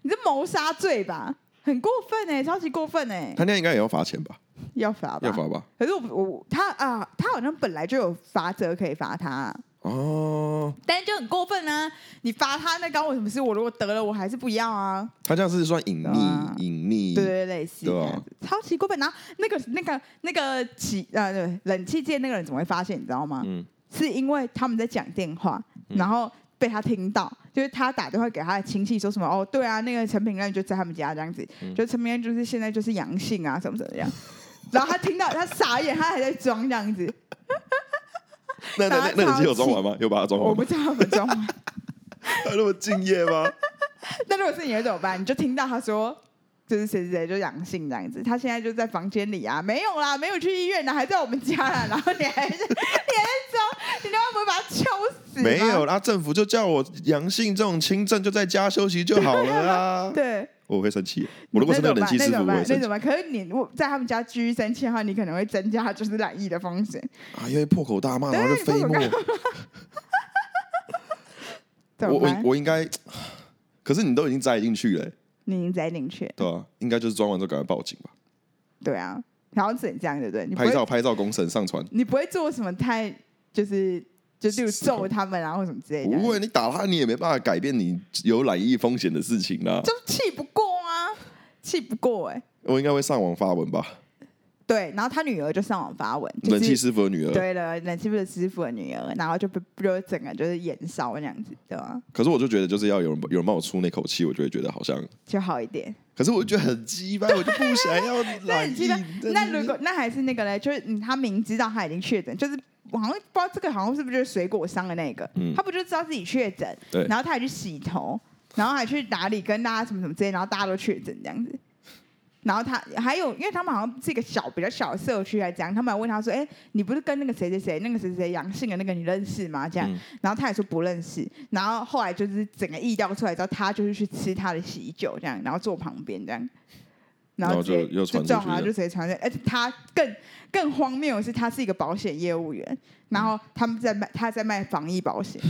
B: 你这谋杀罪吧？很过分哎、超级过分哎、
A: 他那样应该也要罚钱吧？
B: 要罚吧？
A: 要罚吧？
B: 可是我我他啊，他好像本来就有罚则可以罚他、
A: 哦，
B: 但是就很过分啊！你罚他，那关我什么事？我如果得了，我还是不要啊。
A: 他这样是算隐
B: 对啊
A: 匿，隐匿。
B: 对对，类似
A: 对
B: 这
A: 啊
B: 样子，超级过分。然后那个那个那个起呃，对，冷气界那个人怎么会发现？你知道吗？
A: 嗯
B: 是因为他们在讲电话，然后被他听到，就是他打电话给他的亲戚说什么哦，对啊，那个陈品任就在他们家这样子，
A: 嗯
B: 就陈品任就是现在就是阳性啊，什么什么样。然后他听到，他傻眼，他还在装这样子，
A: 那那那那人
B: 打
A: 气
B: 草
A: 有装完吗？有把他装
B: 我
A: 完
B: 不
A: 吗？
B: 知道他们装吗。
A: 他那么敬业吗？
B: 那如果是你会怎么办？你就听到他说。就是谁谁谁就阳性这样子，他现在就在房间里啊，没有啦，没有去医院啦，还在我们家啦，然后你还是你还在装，你他妈不会把他敲死吗？。
A: 没有啦，政府就叫我阳性这种轻症就在家休息就好了啊
B: (laughs) 对，
A: 我会生气，我如果是那个冷气师
B: 那
A: 傅，
B: 怎
A: 我
B: 么
A: 会
B: 办？那
A: 生气
B: 怎么办？可是你如果在他们家居住生气的话，你可能会增加就是染疫的风险，
A: 啊，因为破口大骂，
B: 对
A: 然后就飞
B: 你破口
A: 沫。
B: 怎
A: 我
B: 么
A: 我
B: 办？
A: 我应该，可是你都已经栽进去了欸、
B: 你已经栽进去了，
A: 对啊，应该就是装完之后赶快报警吧，
B: 对啊，然后只能这样，对不对？你不
A: 拍
B: 会，
A: 照拍照工程上传。
B: 你不会做什么太就是就例如揍他们啊，或什么之类的，
A: 不会，你打他你也没办法改变你有染疫风险的事情啊啦。
B: 就气不过啊，气不过哎、
A: 我应该会上网发文吧？
B: 对，然后他女儿就上网发文，就
A: 冷气
B: 是
A: 师傅的女儿。
B: 对了，冷气部的师傅的女儿，然后就被就整个就是延烧那样子，对吧、啊
A: 可是我就觉得，就是要有人有人帮我出那口气，我就会觉得好像。
B: 就好一点。
A: 可是我就觉得很鸡
B: (laughs)
A: 掰，我就不想要
B: 那
A: 染
B: 你
A: 疫
B: 记得。，那
A: 但是
B: 如果那还是那个嘞，就是嗯他明知道他已经确诊，就是我好像不知道这个好像是不是就是水果商的那个，
A: 嗯
B: 他不就知道自己确诊，
A: 对
B: 然后他还去洗头，然后还去哪里跟大家什么什么之类，然后大家都确诊这样子。然后他还有，因为他们好像是一个小比较小的社区来讲，他们还问他说：“哎、你不是跟那个谁谁谁、那个谁谁谁阳性的那个你认识吗？”这样，
A: 嗯
B: 然后他也说不认识。然后后来就是整个意料出来之后，他就是去吃他的喜酒这样，然后坐旁边这样，
A: 然后
B: 直接
A: 就又传出
B: 撞
A: 去
B: 啊，
A: 了
B: 就直接传出去。而且他更更荒谬的是，他是一个保险业务员，然后他们在卖他在卖防疫保险，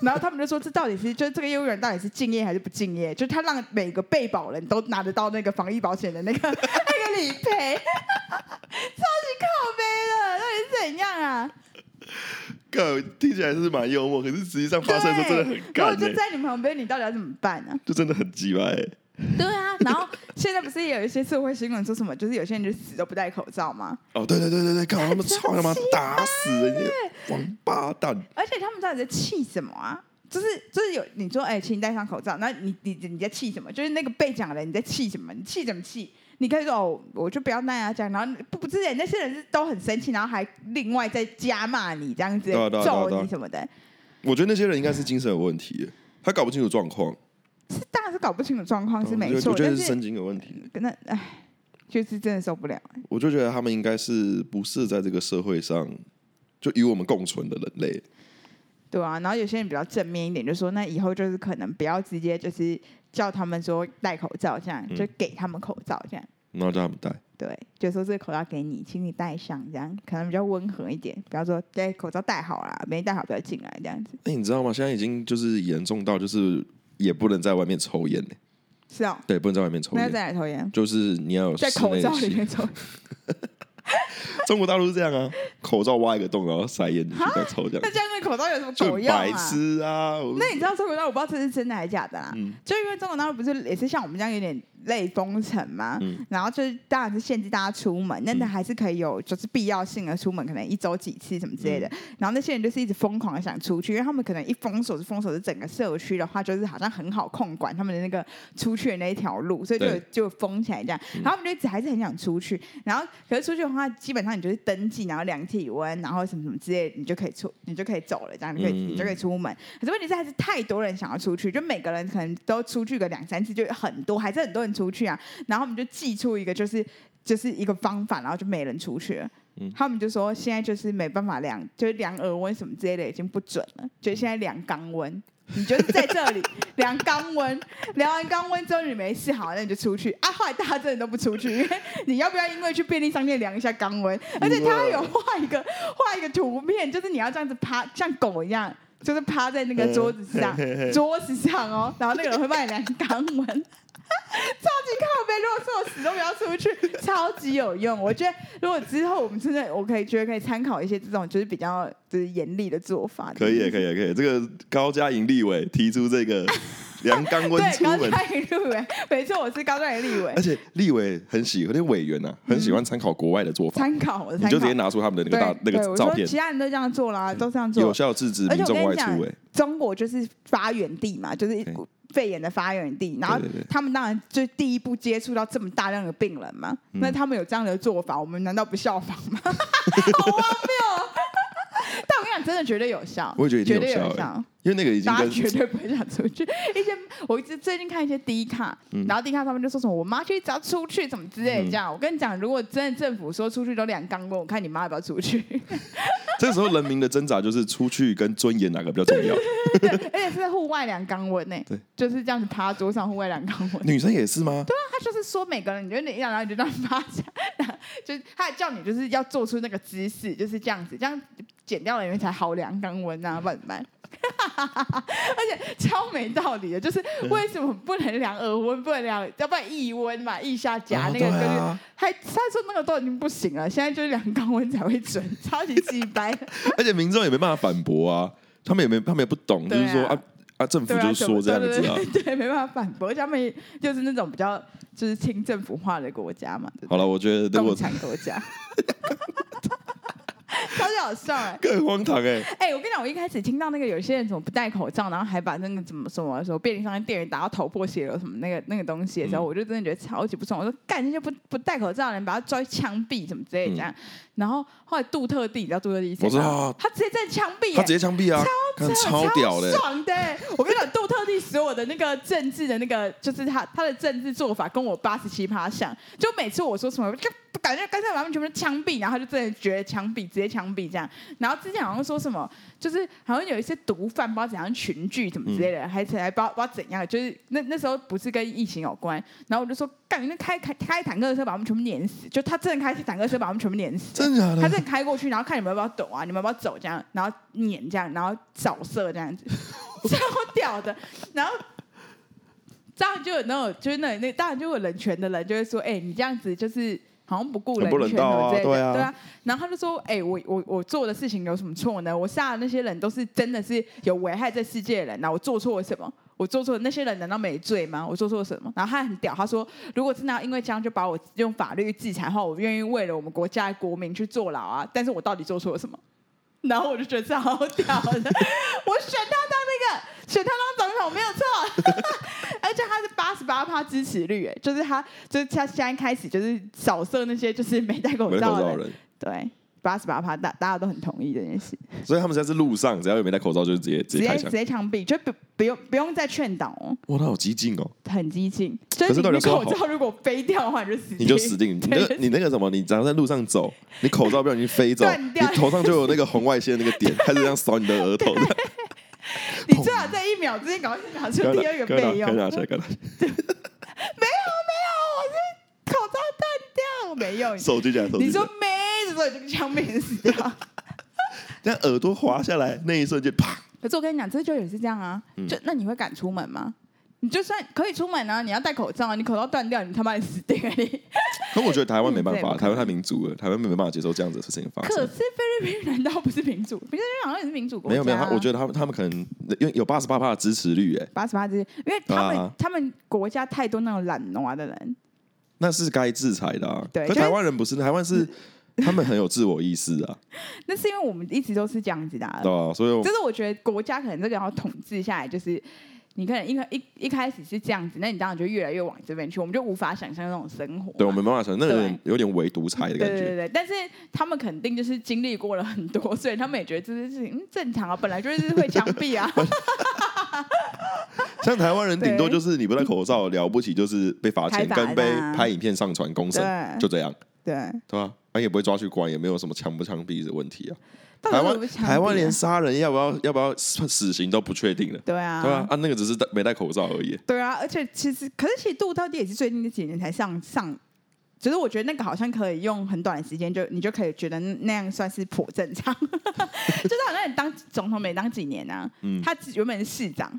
B: 然后他们就说这到底是就是这个业务员到底是敬业还是不敬业？就是他让每个被保人都拿得到那个防疫保险的那个 (laughs) 那个理赔，超级靠背的，到底是怎样啊？
A: 干听起来是蛮幽默，可是实际上发生的时候真的很
B: 如果
A: 干、
B: 就
A: 欸，
B: 在你旁边，你到底要怎么办呢、
A: 就真的很鸡掰、欸。
B: 对啊，然后 (laughs) 现在不是也有一些社会新闻说什么，就是有些人就死都不戴口罩吗？
A: 哦，对对对对对，靠他们操他妈打死人家王八蛋！
B: 而且他们到底在气什么啊？就是就是有你说，哎、请你戴上口罩，那你你你在气什么？就是那个被讲的人，你在气什么？你气什么气？你可以说哦，我就不要那样讲，然后不不是那些人是都很生气，然后还另外再加骂你这样子
A: 对啊对啊对啊对
B: 揍
A: 啊
B: 你什么的，
A: 我觉得那些人应该是精神有问题欸，他搞不清楚状况，
B: 是当然是搞不清楚状况是没
A: 我觉得
B: 错，
A: 我觉
B: 但
A: 得是
B: 是
A: 神经有问题。
B: 那哎，就是真的受不了。
A: 我就觉得他们应该是不是在这个社会上就与我们共存的人类，
B: 对啊，然后有些人比较正面一点，就说那以后就是可能不要直接就是叫他们说戴口罩这样，
A: 嗯
B: 就给他们口罩这样，
A: 然后叫他们戴。
B: 对，就说这个口罩给你，请你戴上这样，可能比较温和一点，比方说哎对口罩戴好啦，没戴好不要进来这样子。
A: 哎、你知道吗？现在已经就是严重到就是也不能在外面抽烟呢、
B: 是啊、
A: 对，不能在外面抽
B: 那要
A: 烟，
B: 在哪里抽烟？
A: 就是你要有
B: 在
A: 室
B: 口
A: 内
B: 罩
A: 的
B: 里
A: 吸
B: 面抽，
A: 中国大陆是这样啊，口罩挖一个洞，然后塞烟进去，再抽这
B: 那
A: 样，
B: 这样那口罩有什么
A: 就
B: 狗
A: 很
B: 用
A: 白
B: 啊？
A: 痴啊！我
B: 那你知道中国大陆我不知道这是真的还是假的啦，
A: 嗯
B: 就因为中国大陆不是也是像我们这样有点类封城嘛，
A: 嗯
B: 然后就是当然是限制大家出门，但
A: 嗯
B: 是还是可以有就是必要性的出门，可能一周几次什么之类的。
A: 嗯
B: 然后那些人就是一直疯狂的想出去，因为他们可能一封锁是封锁是整个社区的话，就是好像很好控管他们的那个出去的那一条路，所以就
A: 对
B: 就封起来这样。然后他们就一直还是很想出去，然后可是出去的话，基本上你就是登记，然后量体温，然后什么什么之类的，你就可以出，你就可以走了，这样你可以、
A: 嗯
B: 你就可以出门。可是问题是还是太多人想要出去，就每个人可能都出去个两三次，就很多，还是很多人出去啊。然后我们就寄出一个就是就是一个方法，然后就没人出去了。
A: 嗯
B: 他们就说现在就是没办法量，就是量耳温什么之类的已经不准了，就现在量肛温。你就是在
A: (laughs)
B: 这里量肛温，量完肛温之后你没事好，那你就出去啊。后来大家真的都不出去， (laughs) 因为你要不要因为去便利商店量一下肛温？而且他有画一个画一个图片，就是你要这样子趴，像狗一样，就是趴在那个桌子上，桌子上哦，然后那个人会帮你量肛温，超级 (laughs) 靠背。如果说我死都不要出去，超级有用。我觉得如果之后我们真的，我可以觉得可以参考一些这种就是比较就是严厉的做法。
A: 可以，可以，可以。这个高嘉莹立委提出这
B: (laughs)
A: 个量肛温出
B: 对，高
A: 门，
B: (laughs) 嘉颖立委，没错，我是高嘉颖立委
A: 而，且立委很喜欢，那委员啊，很喜欢参考国外的做法，
B: 嗯参考我的
A: 你
B: 参
A: 就直
B: 考
A: 接。拿出他们的那
B: 对
A: 个大那
B: 对
A: 个
B: 我
A: 照
B: 说
A: 片，嗯
B: 其他人都这样做啦，都这样做。
A: 有效制止
B: 而
A: 民
B: 且我
A: 众
B: 跟
A: 外
B: 你讲
A: 出。哎，
B: 中国就是发源地嘛，就是
A: 对
B: 肺炎的发源地，然后
A: 对对对
B: 他们当然就第一步接触到这么大量的病人嘛，
A: 嗯
B: 那他们有这样的做法，我们难道不效仿吗？ (laughs) 好荒谬哦！ (laughs) 但我跟你讲，真的绝对有效，
A: 我也觉得一定有
B: 绝对
A: 效
B: 有
A: 欸
B: 效。
A: 因为那个已经
B: 大家
A: 跟
B: 绝对不会想
A: (laughs)
B: 出去。一些我一直最近看一些低卡，
A: 嗯
B: 然后低卡他们就说什么我妈就一直要出去怎么之类的这样。我跟你讲，如果真的政府说出去都两钢棍，我看你妈要不要出去。 (laughs)
A: (laughs) 这时候人民的挣扎就是出去跟尊严哪个比较重要？
B: 而且是户外量肛温呢
A: 对，
B: 就是这样子趴桌上户外量肛温。
A: 女生也是吗？
B: 他就是说每个人，你觉得你一样，然后你就这样趴下，就是他还叫你就是要做出那个姿势，就是这样子，这样减掉了因为才好量肛温啊，不然怎么办？ (laughs) 而且超没道理的，就是为什么不能量耳温，不能量，要不然腋温嘛，腋下夹、
A: 啊
B: 那
A: 对
B: 个就是。
A: 啊，
B: 还他说那个都已经不行了，现在就是量肛温才会准，超级鸡
A: (laughs)
B: 掰。
A: 而且民众也没办法反驳啊，他们也没他们也不懂，就
B: 对啊
A: 是说啊啊，政府
B: 对
A: 就
B: 啊，
A: 是说这样子啊
B: 对。对对对，没办法反驳，而且他们也就是那种比较就是听政府化的国家嘛，对不
A: 好了，我觉得
B: 对
A: 如
B: 共
A: 果
B: 产国家， (laughs) 超级好笑哎、
A: 更荒唐哎、
B: 哎、我跟你讲，我一开始听到那个有些人怎么不戴口罩，然后还把那个怎么什么什么便利商店店员打到头破血流什么那个那个东西的时候，
A: 嗯
B: 我就真的觉得超级不爽。我说干那些不不戴口罩的人，把他抓去枪毙什么之类的这样。然后后来杜特地，你知道杜特地谁
A: 嗯我
B: 吗
A: 知道啊
B: 他直接在枪毙、欸，
A: 他直接枪毙啊，看
B: 超
A: 超屌的、欸
B: 爽的、我跟你讲，杜特地所有的那个政治的那个，就是他他的政治做法跟我八十七趴像，就每次我说什么，就感觉干脆把他们全部都枪毙，然后他就真的觉得枪毙，直接枪毙这样。然后之前好像说什么，就是好像有一些毒贩不知道怎样群聚什么之类
A: 嗯
B: 的，还还不知道不知道怎样，就是那那时候不是跟疫情有关，然后我就说，干，那开开开坦克车把他们全部碾死，就他真的开坦克车把他们全部碾死、
A: 真的假
B: 他
A: 的？
B: 正开过去，然后看你们要不要走啊，你们要不要走这样，然后撵这样，然后扫射这样子，超屌的。然后当然就有那种，就是那那当然就有人权的人就会说，哎、你这样子就是。好像不顾
A: 很
B: 人
A: 不人
B: 权
A: 道
B: 哦
A: 啊
B: 之类的，
A: 对啊
B: 对啊。然后他就说：“哎、我我我做的事情有什么错呢？我杀的那些人都是真的是有危害这世界的人，那我做错了什么？我做错了那些人难道没罪吗？我做错了什么？”然后他很屌，他说：“如果真的要因为这样就把我用法律制裁的话，我愿意为了我们国家的国民去坐牢啊！但是我到底做错了什么？然后我就觉得这好屌的，我选他当那个，选他当总统没有错， (laughs) 而且他是八十八趴支持率，哎，就是他，就是他现在开始就是扫射那些就是没戴口
A: 没戴
B: 罩
A: 口
B: 的
A: 罩
B: 人，
A: 的人，
B: 对，八十八趴，大大家都很同意这件事，
A: 所以他们现在是路上，只要有没戴口罩，就是直接直
B: 直
A: 接
B: 接
A: 开
B: 直
A: 枪。
B: 接枪毙，就不不用不用再劝导哦，
A: 哇，他好激进哦！
B: 很激进，就
A: 可是
B: 是你
A: 到底
B: 你
A: 有多
B: 口
A: 好
B: 罩如果飞掉的话，你就死，
A: 你就死
B: (laughs)
A: 定，你那
B: 对
A: 你那个什么，你只要在路上走，你口罩不小心飞走，
B: 断
A: 你
B: 掉
A: 头上就有那个红外线那个点，开始这样扫你的额
B: (laughs)
A: 头，
B: 你最好在一秒之间赶快拿出
A: 赶
B: 第
A: 快
B: 二个
A: 拿赶快
B: 备
A: 拿
B: 用。
A: 赶快拿
B: 哦没有没有，我
A: 起来，赶快拿起
B: 是口罩断掉没用
A: 来，。手机起来，手
B: 你
A: 机起
B: 说
A: 来，
B: 没的时候你就枪毙死
A: (laughs)
B: 掉。
A: 这样耳朵滑下来那一瞬间，啪！嗯
B: 可是我跟你讲，这就也是这样啊。就那你会敢出门吗？你就算可以出门啊，你要戴口罩啊，你口罩断掉，你他妈也死定了你。
A: 可我觉得台湾没办
B: 嗯对
A: 法，
B: 不可能
A: 台湾太民主了，台湾没办法接受这样子的事情发
B: 可
A: 生。
B: 是菲律宾难道不是民主？菲律宾好像也是民主国
A: 没有没有，他我觉
B: 得
A: 得他们他们可能因为有八十八的支持率，哎，
B: 八十八之，因为他们、
A: 对啊
B: 他们国家太多那种懒惰啊的人，
A: 那是该制裁的啊。
B: 对
A: 可
B: 就是
A: 台湾人不是，台湾是他们很有自我意识
B: (laughs)
A: 啊，
B: 那是因为我们一直都是这样子的、啊
A: 对。吧？所以我
B: 就是我觉得国家可能这个要统治下来，就是你可能一开一一开始是这样子，那你当然就越来越往这边去，我们就无法想象那种生活嘛。
A: 对我们没办法承认，那有点有点唯独裁的感
B: 对
A: 觉
B: 对。对，但是他们肯定就是经历过了很多，所以他们也觉得这件事情嗯正常啊，本来就是会枪
A: (laughs)
B: 毙啊。
A: 像台湾人顶多
B: 对
A: 就是你不戴口罩，了不起就是被罚钱，
B: 开罚
A: 跟被
B: 啦
A: 拍影片上传公审，
B: 对
A: 就这样，
B: 对，
A: 对吧？那也不会抓去关，也没有什么枪不枪毙的问题啊。
B: 到
A: 台
B: 底会不会
A: 湾
B: 枪毙啊
A: 台湾连杀人要不要要不要死刑都不确定了，
B: 对啊
A: 对吧？啊，那个只是戴没戴口罩而已。
B: 对啊，而且其实，可是其实杜到底也是最近这几年才上上，只是我觉得那个好像可以用很短的时间就你就可以觉得那样算是颇正
A: (laughs)
B: 常，就是好像你当总统没当几年啊，
A: 嗯
B: 他原本是市长。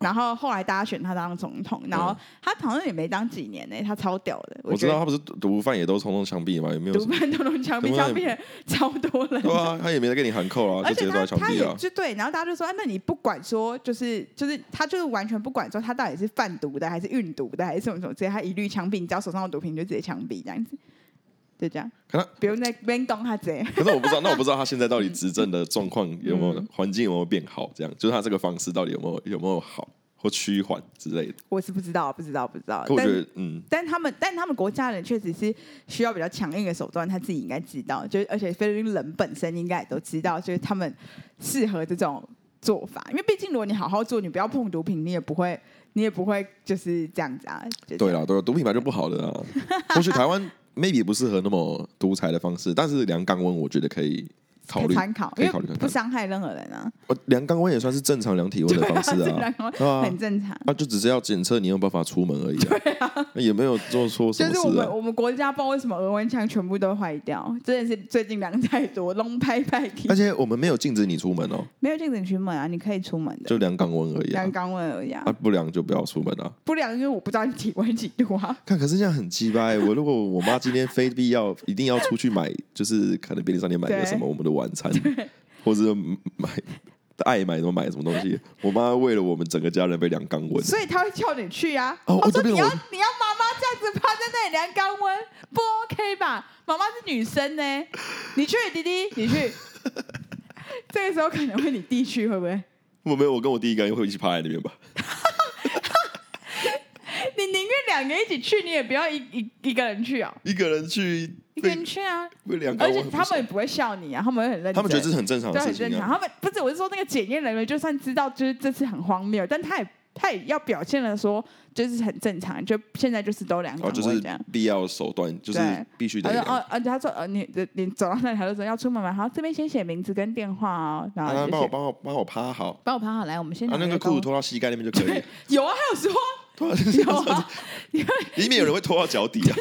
B: 然后后来大家选他当总统，然后他好像也没当几年呢、他超屌的。
A: 我知
B: 觉
A: 道
B: 得
A: 他不是毒贩也都通通枪毙嘛，也没有
B: 毒
A: 什么，
B: 贩都能枪
A: 毒
B: 毙，
A: 贩
B: 枪毙了超多人的。
A: 对
B: (laughs)
A: 啊，他也没在跟你喊扣啊，
B: 而
A: 就直
B: 且
A: 接
B: 他
A: 抓去枪
B: 他
A: 毙
B: 也
A: 啊。
B: 就对，然后大家就说，啊那你不管说，就是就是他就是完全不管说他到底是贩毒的还是运毒的还是什么什么之类，他一律枪毙，你只要手上有毒品你就直接枪毙这样子，就这样，
A: 可他
B: 不用再边攻他贼。
A: 可是我不知道，那我不知道他现在到底执政的状况有没有
B: 嗯
A: 环境有没有变好，这样就是他这个方式到底有没有有没有好或趋缓之类的。
B: 我是不知道，不知道，不知道
A: 可，我觉
B: 但
A: 得，嗯，
B: 但他们但他们国家人确实是需要比较强硬的手段，他自己应该知道，就是而且菲律宾人本身应该也都知道，就是他们适合这种做法，因为毕竟如果你好好做，你不要碰毒品，你也不会。你也不会就是这样子啊，就这
A: 对
B: 样
A: 啦，对啦，毒品本来就不好
B: (laughs)
A: 的啊。或许台湾 maybe 不适合那么独裁的方式，但是量肛温我觉得可以考
B: 可
A: 虑
B: 以。参考，
A: 可以
B: 因
A: 考虑
B: 为
A: 看
B: 不
A: 看
B: 伤害任何人啊，
A: 呃量肛温也算是正常量体温的方
B: (laughs)
A: 式啊，对啊
B: 很，正常。
A: 那就只是要检测你有没有办法出门而已啊，那也没有做错什
B: 就
A: 么
B: 是我
A: 事
B: 们
A: 啊。
B: 我们国家不知道为什么额温枪全部都坏掉，真的是最近量太多，龙拍拍去
A: 而且我们没有禁止你出门哦，
B: 没有禁止出门啊，你可以出门的，
A: 就量肛温而已啊
B: 量。肛温而已啊
A: 啊，，不量就不要出门啊。
B: 不量因为我不知道你体温几度啊。
A: 看，可是这样很鸡掰。我如果我妈今天非必要一定要出去买，就是可能便利商店买个
B: 对
A: 什么我们的晚餐，或者是买爱买什么买什么东西，我妈为了我们整个家人被量肛温。
B: 所以他会叫你去啊。
A: 哦
B: 我
A: 我
B: 说
A: 这边
B: 你要
A: 我
B: 你要妈妈这样子趴在那里量肛温，不 OK 吧？妈妈是女生呢，你去弟弟，你 (laughs) 去。这个时候可能会你弟去，会不会？
A: 我没有，我跟我弟应该会一起趴在那边吧。
B: 你宁愿两个一起去，你也不要一一一个人去哦。
A: 一个人去
B: 一
A: 被
B: 个人去啊，
A: 被量肛
B: 而
A: 温
B: 且
A: 很不爽，
B: 他们也不会笑你啊，他们会很认真。
A: 他们觉得这是很正常
B: 对
A: 的
B: 很
A: 事
B: 正
A: 情
B: 常。
A: 啊。
B: 他们不是，我是说那个检验人员，就算知道就是这次很荒谬，但他也他也要表现的说，就是很正常，就现在哦就是都两
A: 然后
B: 种
A: 就
B: 会
A: 是
B: 这样。
A: 必要手段，就是
B: 对
A: 必须得
B: 他说
A: 量。
B: 哦，而且他说呃，你你走到那里，他就说要出门嘛，好，这边先写名字跟电话哦，然后
A: 啊，
B: 就
A: 帮我
B: 写
A: 帮我帮我趴好，
B: 帮我爬好来，我们先
A: 啊，那个裤子脱到膝盖那边就
B: (laughs)
A: 可以了。
B: 有啊，还有说
A: 脱到
B: 有 (laughs) 啊，
A: 里面有人会拖到脚底啊。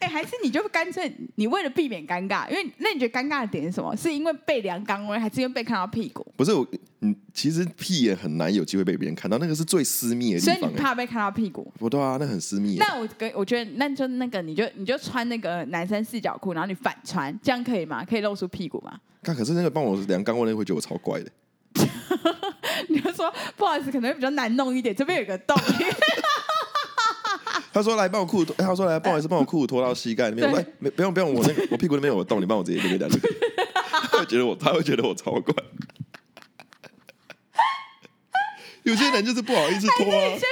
B: 哎、还是你就干脆，你为了避免尴尬，因为那你觉得尴尬的点是什么？是因为被量肛温，还是因为被看到屁股？
A: 不是我，嗯，其实屁眼很难有机会被别人看到，那个是最私密的
B: 所以
A: 地
B: 你
A: 方、欸。
B: 怕被看到屁股。
A: 不对啊，那很私密、欸。
B: 那我跟我觉得，那就那个，你就你就穿那个男生四角裤，然后你反穿，这样可以吗？可以露出屁股吗？ (laughs)
A: 看，可是那个帮我量肛温的会觉得我超怪的。
B: 你就说不好意思，可能会比较难弄一点，这边有个洞。
A: 他说来帮我裤子脱，哎他说来不好意思，帮我裤子脱到膝盖那边。我
B: 对
A: 说哎，没不用不用，我那
B: (laughs)
A: 个我屁股那边有个洞，你帮我直接那边量。他会觉得我，他会觉得我超怪。有些人就是不好意思脱
B: 哎你
A: 啊。
B: (laughs) 先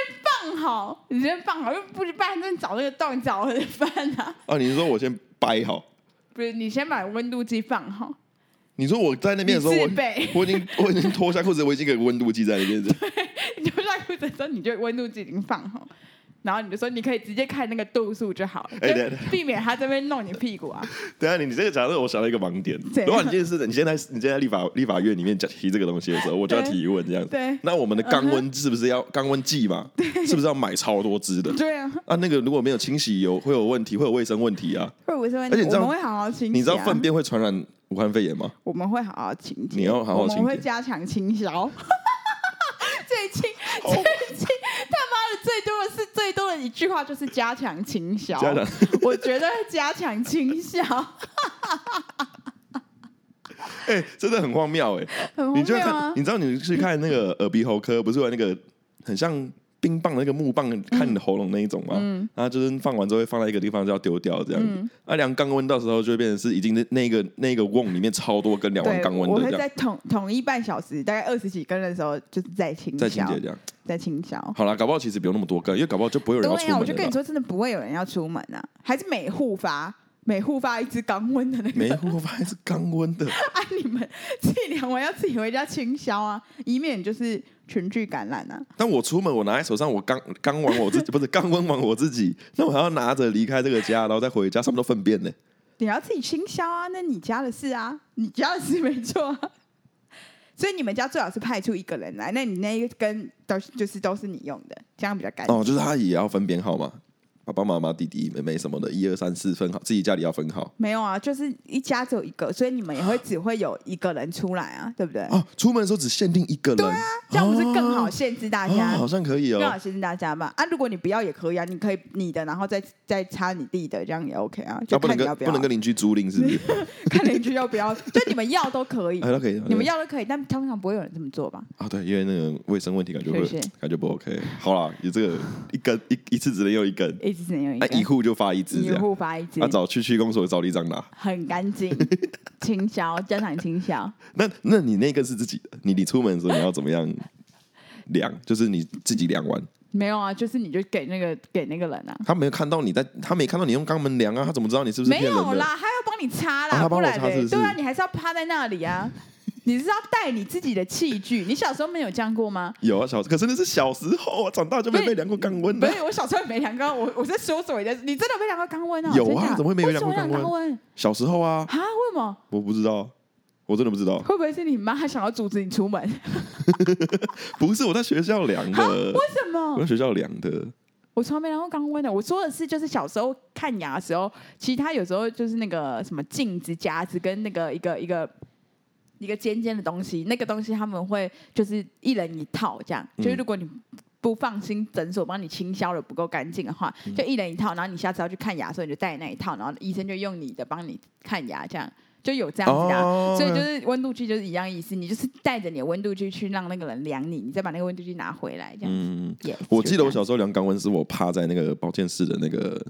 B: 放好，你先放好，又不是半正找那个洞找我的饭啊。
A: 啊，你是说我先掰好？
B: 不是，你先把温度计放好。 (laughs)
A: 你说我在那边的时候，
B: 你
A: 我
B: 自备
A: 我已经我已经脱下裤子，我已经有个温度计在那边了。
B: 你脱下裤子的时候，你就温度计已经放好，然后你就说你可以直接看那个度数就好了，
A: 哎等一
B: 就
A: 下
B: 避免他这边弄你屁股
A: (laughs)
B: 啊。
A: 等一下，你你这个假设，我想到一个盲点
B: 怎。样
A: 如果你今天是，你现在你现在立法立法院里面讲提这个东西的时候，我就要
B: 对
A: 提问这样子。
B: 对嗯
A: 那我们的肛温是不是要肛温计嘛？是不是要买超多支的？
B: 对啊，
A: 啊，那个如果没有清洗，有会有问题，会有卫生问题啊。
B: 会不会是问
A: 而且你知道
B: 我们会好好清洗、啊。
A: 你知道粪便会传染武汉肺炎吗？
B: 我们会好好清洁，
A: 你要好好清洁
B: 我们会加强清消。 (laughs) 最近最近他妈的最多的是最多的一句话就是加强清消，
A: 家长， (laughs)
B: 我觉得加强清消
A: 哎、真的很荒谬哎、
B: 很荒
A: 你就
B: 谬
A: 要看，
B: 啊
A: 你！知道你去看那个耳鼻喉科，不是有那个很像冰棒的那个木棒，看你的喉咙那一种吗？
B: 嗯
A: 然后就是放完之后会放在一个地方就要丢掉这样子
B: 嗯。
A: 啊，两钢温到时候就会变成是已经那那个那个瓮里面超多根两万
B: 对，
A: 钢温
B: 我
A: 的
B: 会
A: 这样，
B: 在统统一半小时，大概二十几根的时候，就是在清
A: 再清
B: 消
A: 洁，这样。
B: 在清消。
A: 好啦，搞不好其实不用那么多根，因为搞不好就不会有人要出
B: 对啊，我
A: 门
B: 就
A: 了
B: 跟你
A: 啦。
B: 说，真的不会有人要出门啊，还是每户发每户发一支肛温的那个
A: 没，我发现是钢温的，
B: 啊，你们自己量完要自己回家清消啊，以免就是群聚感染啊。
A: 但我出门我拿在手上，我刚刚完我自己不是刚温完我自己，那我还要拿着离开这个家，然后再回家，上面都粪便呢。
B: 你要自己清消啊，那你家的事啊， (laughs) 你家的事没错啊。 (laughs) 所以你们家最好是派出一个人来，那你那一根都是就是都是你用的，这样比较干净。
A: 哦，就是他也要分编号嘛，爸爸妈妈、弟弟、妹妹什么的，一二三四分好，自己家里要分好。
B: 没有啊，就是一家只有一个，所以你们也会只会有一个人出来啊，对不对？
A: 哦，出门的时候只限定一个人，对啊
B: 这样不是更好限制大家？
A: 哦，好像可以
B: 更好
A: 哦。
B: 限制大家吧？啊，如果你不要也可以啊，你可以你的，然后再再插你弟的，这样也 OK 啊，就
A: 啊，不
B: 看
A: 能
B: 你要
A: 跟
B: 要
A: 能跟邻居租赁是 (laughs) 不是？
B: (laughs) 看邻居要不要，就你们要都可以
A: (laughs) 哎，，都可以。
B: 你们要都可以，但通常不会有人这么做吧？
A: 啊，对，因为那个卫生问题感觉会
B: 是是
A: 感觉不 OK。好啦，有这个一根一一次只能用一根，
B: 一直只能有一
A: 那
B: 个，
A: 一户就发一支
B: 一
A: 这样。
B: 户发一支
A: 啊，，找去区公所找里长拿。
B: 很干净，
A: (laughs)
B: 清消，家长清消。
A: 那那你那个是自己的，你你出门的时候你要怎么样量？ (laughs) 就是你自己量完，
B: 没有啊，就是你就给那个给那个人啊，
A: 他没有看到你在，他没看到你用肛门量啊，他怎么知道你是不是
B: 没
A: 骗人
B: 有
A: 的？
B: 啦，他要帮你擦
A: 啊
B: 啦，
A: 他帮
B: 不
A: 我
B: 然
A: 擦是不
B: 嘞，
A: 是
B: 对啊，你还是要趴在那里
A: (laughs)
B: 啊，你是要带你自己的器具。你小时候没有这样过吗？
A: 有啊，小可是那是小时候啊，长大就没
B: 不是
A: 被量过肛温
B: 不
A: 的。
B: 是，我小时候也没量过，我我在说嘴的，你真的没量过肛温啊？
A: 有啊
B: 真假
A: 怎么会没有量过
B: 为什么
A: 肛温
B: 肛温？
A: 小时候啊，
B: 啊，为什么？
A: 我不知道，我真的不知道。
B: 会不会是你妈想要阻止你出门？
A: 不是我在学校量的，
B: 为什么
A: 我？在学校量的。
B: 我从来没量过肛温的。我说的是，就是小时候看牙的时候，其实它有时候就是那个什么镜子夹子跟那个一个一个一个尖尖的东西，那个东西他们会就是一人一套这样。
A: 嗯
B: 就是如果你不放心诊所帮你清消的不够干净的话，
A: 嗯
B: 就一人一套，然后你下次要去看牙的时候你就带那一套，然后医生就用你的帮你看牙这样。就有这样子的啊、
A: 哦
B: 所以就是温度计就是一样意思，你就是带着你的温度计去让那个人量你，你再把那个温度计拿回来这样。
A: 嗯，
B: Yes，
A: 我记
B: 就这
A: 得我
B: 样
A: 小时候量肛温是我趴在那个保健室的那个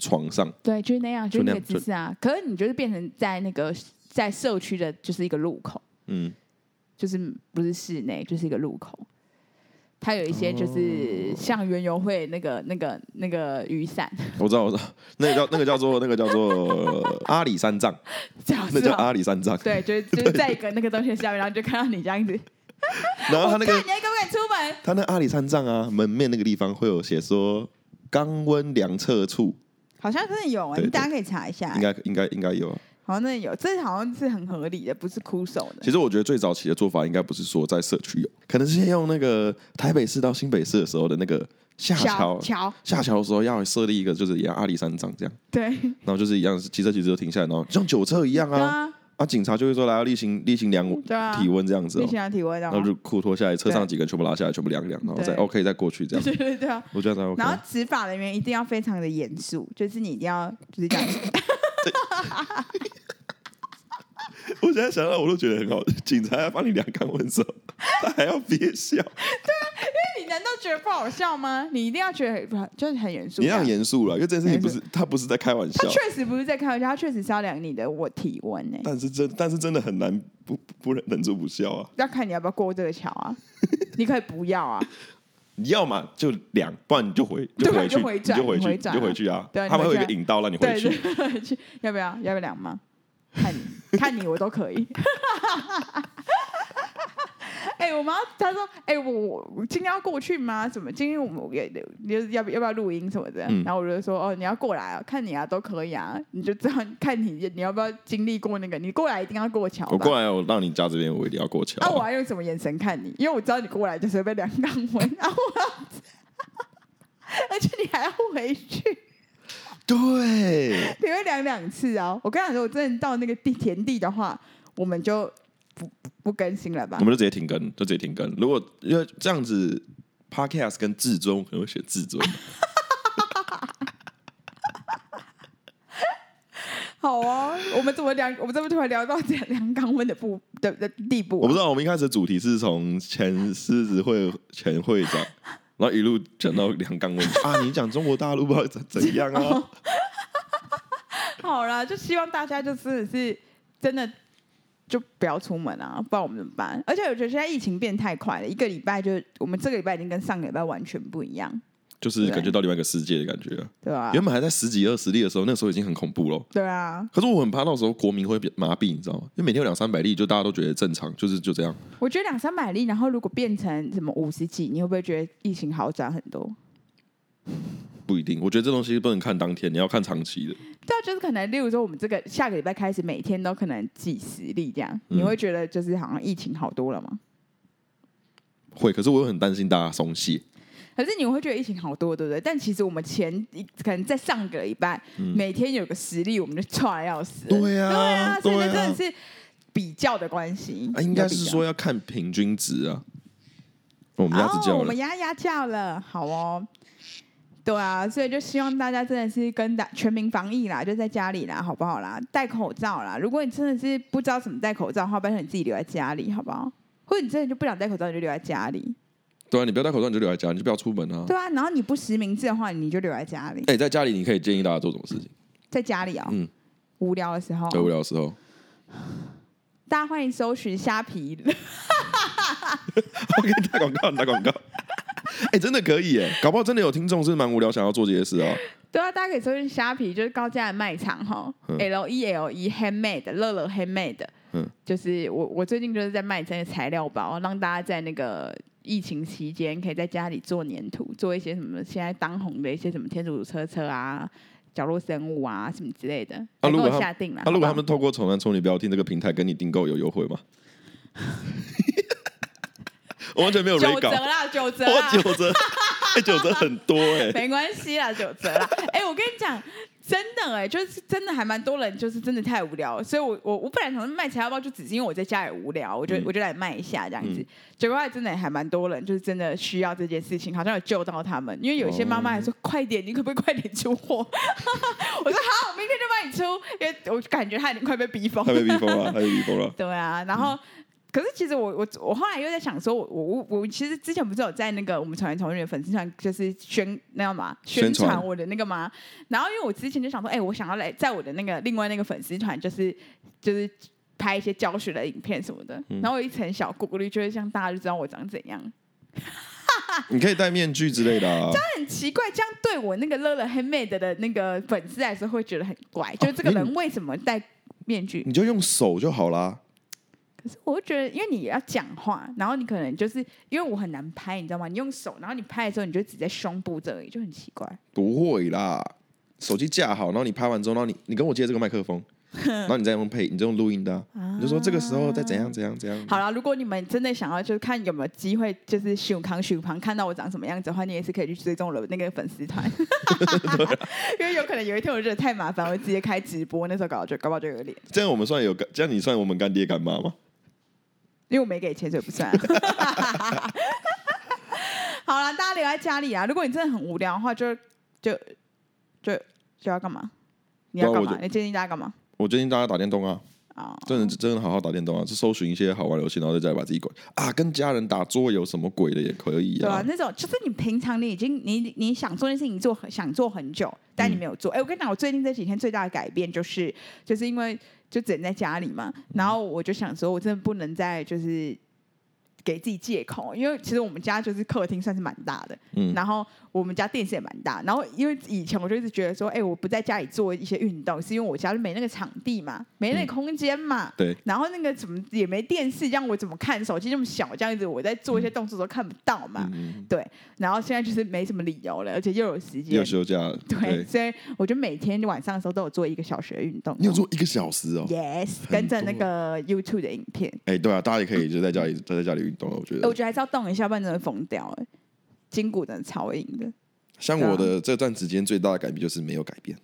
A: 床上，
B: 对，就是那样，
A: 就
B: 就
A: 是那
B: 那
A: 样
B: 个姿势啊。可是你就是变成在那个在社区的，就是一个路口，
A: 嗯，
B: 就是不是室内，就是一个路口。它有一些
A: 哦
B: 就是像园游会那个那个那个雨伞，
A: 我知道，我知道，那个叫那个叫做那个叫做阿里山藏，
B: 这样
A: 那
B: 子
A: 叫
B: 啊。
A: 阿里山藏。
B: 对，
A: (laughs)
B: 就是就是在一个那个东西下面，然后就看到你这样子，
A: 然后他
B: (laughs) 我
A: 那个
B: 看你还敢不敢出门？
A: 他那阿里山藏啊，门面那个地方会有写说肛温量测处，
B: 好像真的有啊，
A: 对
B: 你大家可以查一下
A: 应，该应该应该有啊。
B: 好像真的有，这好像是很合理的，不是枯手的。
A: 其实我觉得最早期的做法应该不是说在社区有，可能是先用那个台北市到新北市的时候的那个下
B: 小
A: 桥，
B: 乔，
A: 下桥的时候要设立一个就是一样阿里山长这样，
B: 对
A: 然后就是一样是骑车骑车停下来，然后像酒测一样
B: 对
A: 啊，
B: 啊，
A: 啊警察就会说来要例行例行量
B: 对啊，
A: 体温这样子、
B: 你
A: 哦，
B: 喜欢体温的
A: 然后
B: 吗？
A: 就裤脱下来，车上几个人全部拉下来，全部量一量，然后再
B: 对
A: OK 再过去这样，
B: 对 (laughs) 对对啊，
A: 我觉得才 OK
B: 然。后执法人员一定要非常的严肃，就是你一定要就是这样，
A: 我现在想到我都觉得很好，警察要帮你量肛温手，他还要憋笑，
B: 你难道觉得不好笑吗？你一定要觉得很就是很严肃。
A: 你要严肃了，因为这件事情不是他不是在开玩
B: 他
A: 笑。
B: 确实不是在开玩笑，他确实是要量你的我体温欸呢、
A: 但是真，但是真的很难不不不忍忍住不笑啊！
B: 要看你要不要过这个桥啊，你可以不要啊，
A: 你要嘛就量，不然你就回就
B: 对啊
A: 回去，
B: 就回
A: 你
B: 转
A: 就回去，
B: 回
A: 你
B: 转啊
A: 就回去啊！
B: 对你
A: 他们会有一
B: 回
A: 个
B: 去
A: 引导让你回
B: 对
A: 去。
B: 对对，去 (laughs) 要不要要不要量吗？ (laughs) 看你看你我都可以。 (laughs) 哎、我妈她说，哎、我我我今天要过去吗？什么？今天我们也就是要不要不要录音什么的？
A: 嗯
B: 然后我就说，哦，你要过来啊，看你啊，都可以啊，你就这样看你你要不要经历过那个，你过来一定要过桥吧。
A: 我过来，哦我到你家这边，我一定要过桥
B: 啊，我还用什么眼神看你？因为我知道你过来就是被两杠 (laughs) 温，啊，我要，而且你还要回去。
A: 对，
B: 评论两两次啊！我跟你讲，如果真的到那个地田地的话，我们就不不不更新了吧
A: 我？们就直接停更，就直接停更。如果因为这样子，podcast 跟至尊，我可能会选至尊。
B: 好啊，我们怎么两我们怎么突然聊到这两港温的部的的地步、
A: 我不
B: 啊？
A: 知道，我们一开始的主题是从前狮子会前会长，然后一路讲到梁刚问题啊，你讲中国大陆不知道怎怎样啊？
B: 好啦，就希望大家就真的是真的就不要出门啊，不然我们怎么办？而且我觉得现在疫情变太快了，一个礼拜就我们这个礼拜已经跟上个礼拜完全不一样，
A: (laughs) 就是感觉到另外一个世界的感觉、啊。
B: 对吧、
A: 原本还在十几二十例的时候，那时候已经很恐怖了。
B: 对啊，
A: 可是我很怕到时候国民会被麻痹，你知道吗？因为每天有两三百例，就大家都觉得正常，就是就这样。
B: 我觉得两三百例，然后如果变成什么五十几，你会不会觉得疫情好转很多？
A: 不一定，我觉得这东西不能看当天，你要看长期的。
B: 对啊，就是可能，例如说我们这个下个礼拜开始，每天都可能几十例这样，你
A: 嗯
B: 会觉得就是好像疫情好多了吗？
A: 会，可是我又很担心大家松懈。
B: 可是你会觉得疫情好多，对不对？但其实我们前一可能在上个礼拜、每天有个实例，我们就 (laughs) 踹要死了。
A: 嗯对啊
B: 对啊，所以
A: 对
B: 这
A: 啊
B: 真的是比较的关系。
A: 啊，应该是说
B: 有
A: 要看平均值啊。我
B: 比
A: 们
B: 较
A: 家只
B: 哦，
A: 叫
B: 我
A: 了
B: 们，压压叫了，好哦。对啊，所以就希望大家真的是跟大全民防疫啦，就在家里啦，好不好啦？戴口罩啦，如果你真的是不知道怎么戴口罩的话，不然你自己留在家里，好不好？或者你真的就不想戴口罩，你就留在家里。
A: 对啊，你不要戴口罩，你就留在家，你就不要出门啊。
B: 对啊，然后你不实名制的话，你就留在家里，
A: 哎、在家里你可以建议大家做什么事情？
B: 在家里哦，
A: 嗯
B: 无聊的时候，
A: 在无聊的时 (laughs) 候，
B: 大家欢迎搜寻虾皮，
A: 我给你打广告，你打广告。 (laughs) 哎、真的可以耶，搞不好真的有听众是蛮无聊，想要做这些事啊。
B: 对啊，大家可以搜寻虾皮，就是高价的卖场哈
A: 嗯
B: ，L E L E handmade 乐乐 handmade，
A: 嗯
B: 就是我我最近就是在卖这些材料包，让大家在那个疫情期间可以在家里做粘土，做一些什么现在当红的一些什么天竺鼠车车啊、角落生物啊什么之类的，
A: 啊
B: 还
A: 如
B: 跟
A: 果
B: 我
A: 他们
B: 下定了。
A: 那、如果他
B: 好不好
A: 们透过“丑男丑女”不要听这个平台跟你订购有优惠吗？ (laughs) 我完全没有 re
B: 九
A: 稿
B: 折，啦，九折啦，
A: 我九折，哎、九折很多哎、
B: 没关系啦，九折啦。哎、我跟你讲，真的哎、就是真的还蛮多人，就是真的太无聊了，所以我我我本来想说卖材料包，就只是因为我在家里无聊，我就、
A: 嗯
B: 我就来卖一下这样子。结果后来真的还蛮多人，就是真的需要这件事情，好像有救到他们，因为有一些妈妈还说：“快点，你可不可以快点出货？” (laughs) 我说：“好，我明天就帮你出。”因为我感觉他已经快被逼疯
A: 太
B: 了。
A: 被逼疯了，太被逼疯了。
B: 对啊，然
A: 嗯
B: 后。可是其实我我我后来又在想说，我我我我其实之前不是有在那个我们传言同人的粉丝团，就是宣那叫嘛宣
A: 宣传
B: 传我的那个嘛。然后因为我之前就想说，哎、我想要来在我的那个另外那个粉丝团，就是就是拍一些教学的影片什么的。
A: 嗯
B: 然后我一层小顾虑，就会像大家就知道我长怎样。
A: 你可以戴面具之类的啊。
B: 很奇怪，这样对我那个乐乐 handmade 的那个粉丝来说，会觉得很怪，就是这个
A: 哦
B: 人为什么戴面具？
A: 你就用手就好啦。
B: 可是我就觉得，因为你要讲话，然后你可能就是因为我很难拍，你知道吗？你用手，然后你拍的时候，你就只在胸部这里，就很奇怪。
A: 不会啦，手机架好，然后你拍完之后，然后你你跟我接这个麦克
B: (laughs)
A: 风，然后你再用配，你再用录音的啊、你就说这个时候再怎样怎样怎样。
B: 好啦，如果你们真的想要，就是看有没有机会，就是秀康秀康看到我长什么样子的话，你也是可以去追踪我的那个粉丝团， (laughs) 因为有可能有一天我觉得太麻烦，我直接开直播，那时候搞到就搞不好就有脸，
A: 这样我们算有干，这样你算我们干爹干妈吗？
B: 因为我没给钱，所以不算、 (laughs) 好啦，大家留在家里啊！如果你真的很无聊的话，就就就就要干嘛？你要
A: 对啊
B: 干
A: 我
B: 嘛？
A: 就
B: 你建议大家干嘛？
A: 我建议大家打电动啊，
B: 啊、
A: 真的真的好好打电动啊，就搜寻一些好玩的游戏，然后在家里把自己管啊，跟家人打桌游什么鬼的也可以
B: 对啊
A: 啊，。
B: 那种就是你平常你已经你你想做的事情做很想做很久，但你没有
A: 嗯
B: 做。哎、我跟你讲，我最近这几天最大的改变就是，就是因为就只能在家里嘛，然后我就想说，我真的不能再就是给自己借口，因为其实我们家就是客厅算是蛮大的，
A: 嗯
B: 然后我们家电视也蛮大，然后因为以前我就一直觉得说，哎、我不在家里做一些运动，是因为我家就没那个场地嘛，没那个空间嘛，
A: 嗯对，
B: 然后那个怎么也没电视，让我怎么看？手机那么小，这样子我在做一些动作都看不到嘛。
A: 嗯，
B: 然后现在就是没什么理由了，而且又有时间
A: 要，休假了，
B: 对，
A: 对，
B: 所以我就每天晚上的时候都有做一个小时的运动。
A: 你有做一个小时哦。
B: ？Yes，
A: 多
B: 跟着那个 YouTube 的影片，
A: 哎，对啊，大家也可以就在家里在在家里运动啊，我觉
B: 我
A: 得
B: 欸觉得还是要动一下，不然真的疯掉哎、筋骨真的超硬的。
A: 像我的这段时间最大的改变就是没有改变，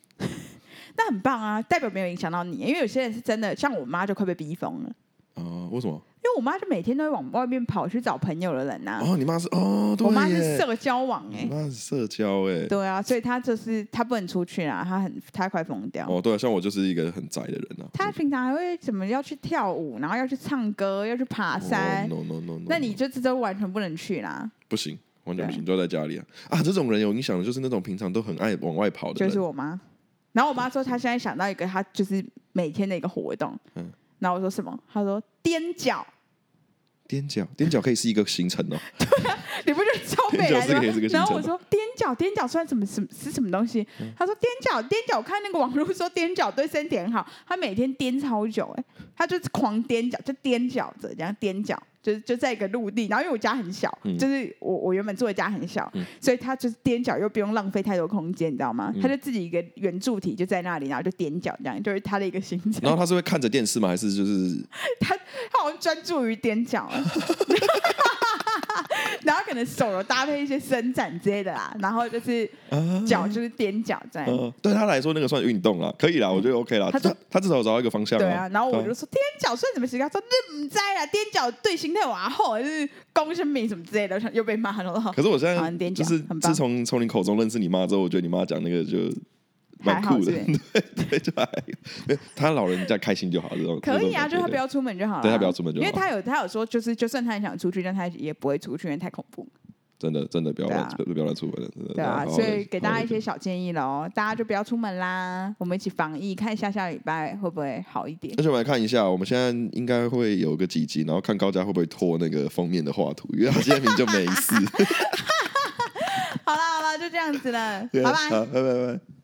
B: 那很棒啊，代表没有影响到你，因为有些人是真的，像我妈就快被逼疯了，
A: 哦，为什么？
B: 因为我妈就每天都会往外面跑去找朋友的人呐、
A: 哦，你妈是哦，对
B: 啊我妈
A: 耶嗯
B: 是社交网哎、
A: 你妈是社交哎，
B: 对啊，所以她就是她不能出去啊，她很她快疯掉。
A: 哦，对啊，像我就是一个很宅的人啊。
B: 她平常还会什么要去跳舞，然后要去唱歌，要去爬山，
A: 哦、no, no, no, no,
B: 那你就这周完全不能去啦，
A: 不行，完全不
B: 对
A: 行，都要在家里啊啊！这种人有影响的就是那种平常都很爱往外跑的
B: 就
A: 人，
B: 是我妈。然后我妈说她现在想到一个她就是每天的一个活动，
A: 嗯
B: 然后我说什么？她说踮脚，
A: 踮脚，踮脚可以是一个行程
B: (laughs)
A: 哦。
B: 你不觉得超
A: (laughs)
B: 美来
A: 踮脚
B: 的
A: 是可以是个行？
B: 吗
A: 程
B: 然后我说踮脚，踮脚算什么什么是什么东西？她说踮脚，踮脚，我看那个网络说踮脚对身体很好，她每天踮超久、欸，哎，她就是狂踮脚，就踮脚着这样踮脚。就是就在一个陆地，然后因为我家很小，
A: 嗯
B: 就是我我原本住的家很小，
A: 嗯
B: 所以她就是踮脚又不用浪费太多空间，你知道吗？
A: 嗯
B: 她就自己一个圆柱体就在那里，然后就踮脚这样，就是她的一个行程。
A: 然后他是会看着电视吗？还是就是
B: 他好像专注于踮脚了， (laughs) 然后可能手有搭配一些伸展之类的啦，然后就是
A: 啊？
B: 脚就是踮脚在。
A: 呃，对他来说那个算运动啦，可以啦，我觉得 OK 啦。他
B: 他就
A: 他他至少找到一个方向
B: 对啊，然后我
A: 对
B: 就说踮脚算什么形态？他说这唔知啦，啊踮脚对形态往后就是攻生命什么之类的，又
A: (laughs)
B: 被骂了。
A: 可是我现
B: 好你
A: 在
B: 踮脚
A: 就是
B: 很棒
A: 自从从你口中认识你妈之后，我觉得你妈讲那个就
B: 还
A: 蛮
B: 好
A: 酷
B: 是
A: 的，
B: 不是
A: (laughs) 对，就还没有他老人家开心就好，这种
B: 可以啊，
A: 这
B: 就
A: 种感
B: 他
A: 觉
B: 不要出门就好了。
A: 对他不要出门就
B: 因
A: 好
B: 为他有他有说，就是就算他很想出去，但他也不会出去，因为太恐
A: (laughs)
B: 怖了。
A: 真的真的不要
B: 对
A: 乱
B: 啊
A: 不不要乱出门了，真的
B: 对啊，
A: 好好
B: 所以
A: 地
B: 给大
A: 好哦
B: 家
A: 好地
B: 一些小建议喽，大家就不要出门啦，我们一起防疫，看一下下礼拜会不会好一点。
A: 而且我们来看一下，我们现在应该会有个几集，然后看高家会不会拖那个封面的画图，因为他今天明明
B: (laughs)
A: 就没事。
B: 好啦好啦，就这样子了，
A: 对
B: 拜拜。
A: 好，拜拜拜。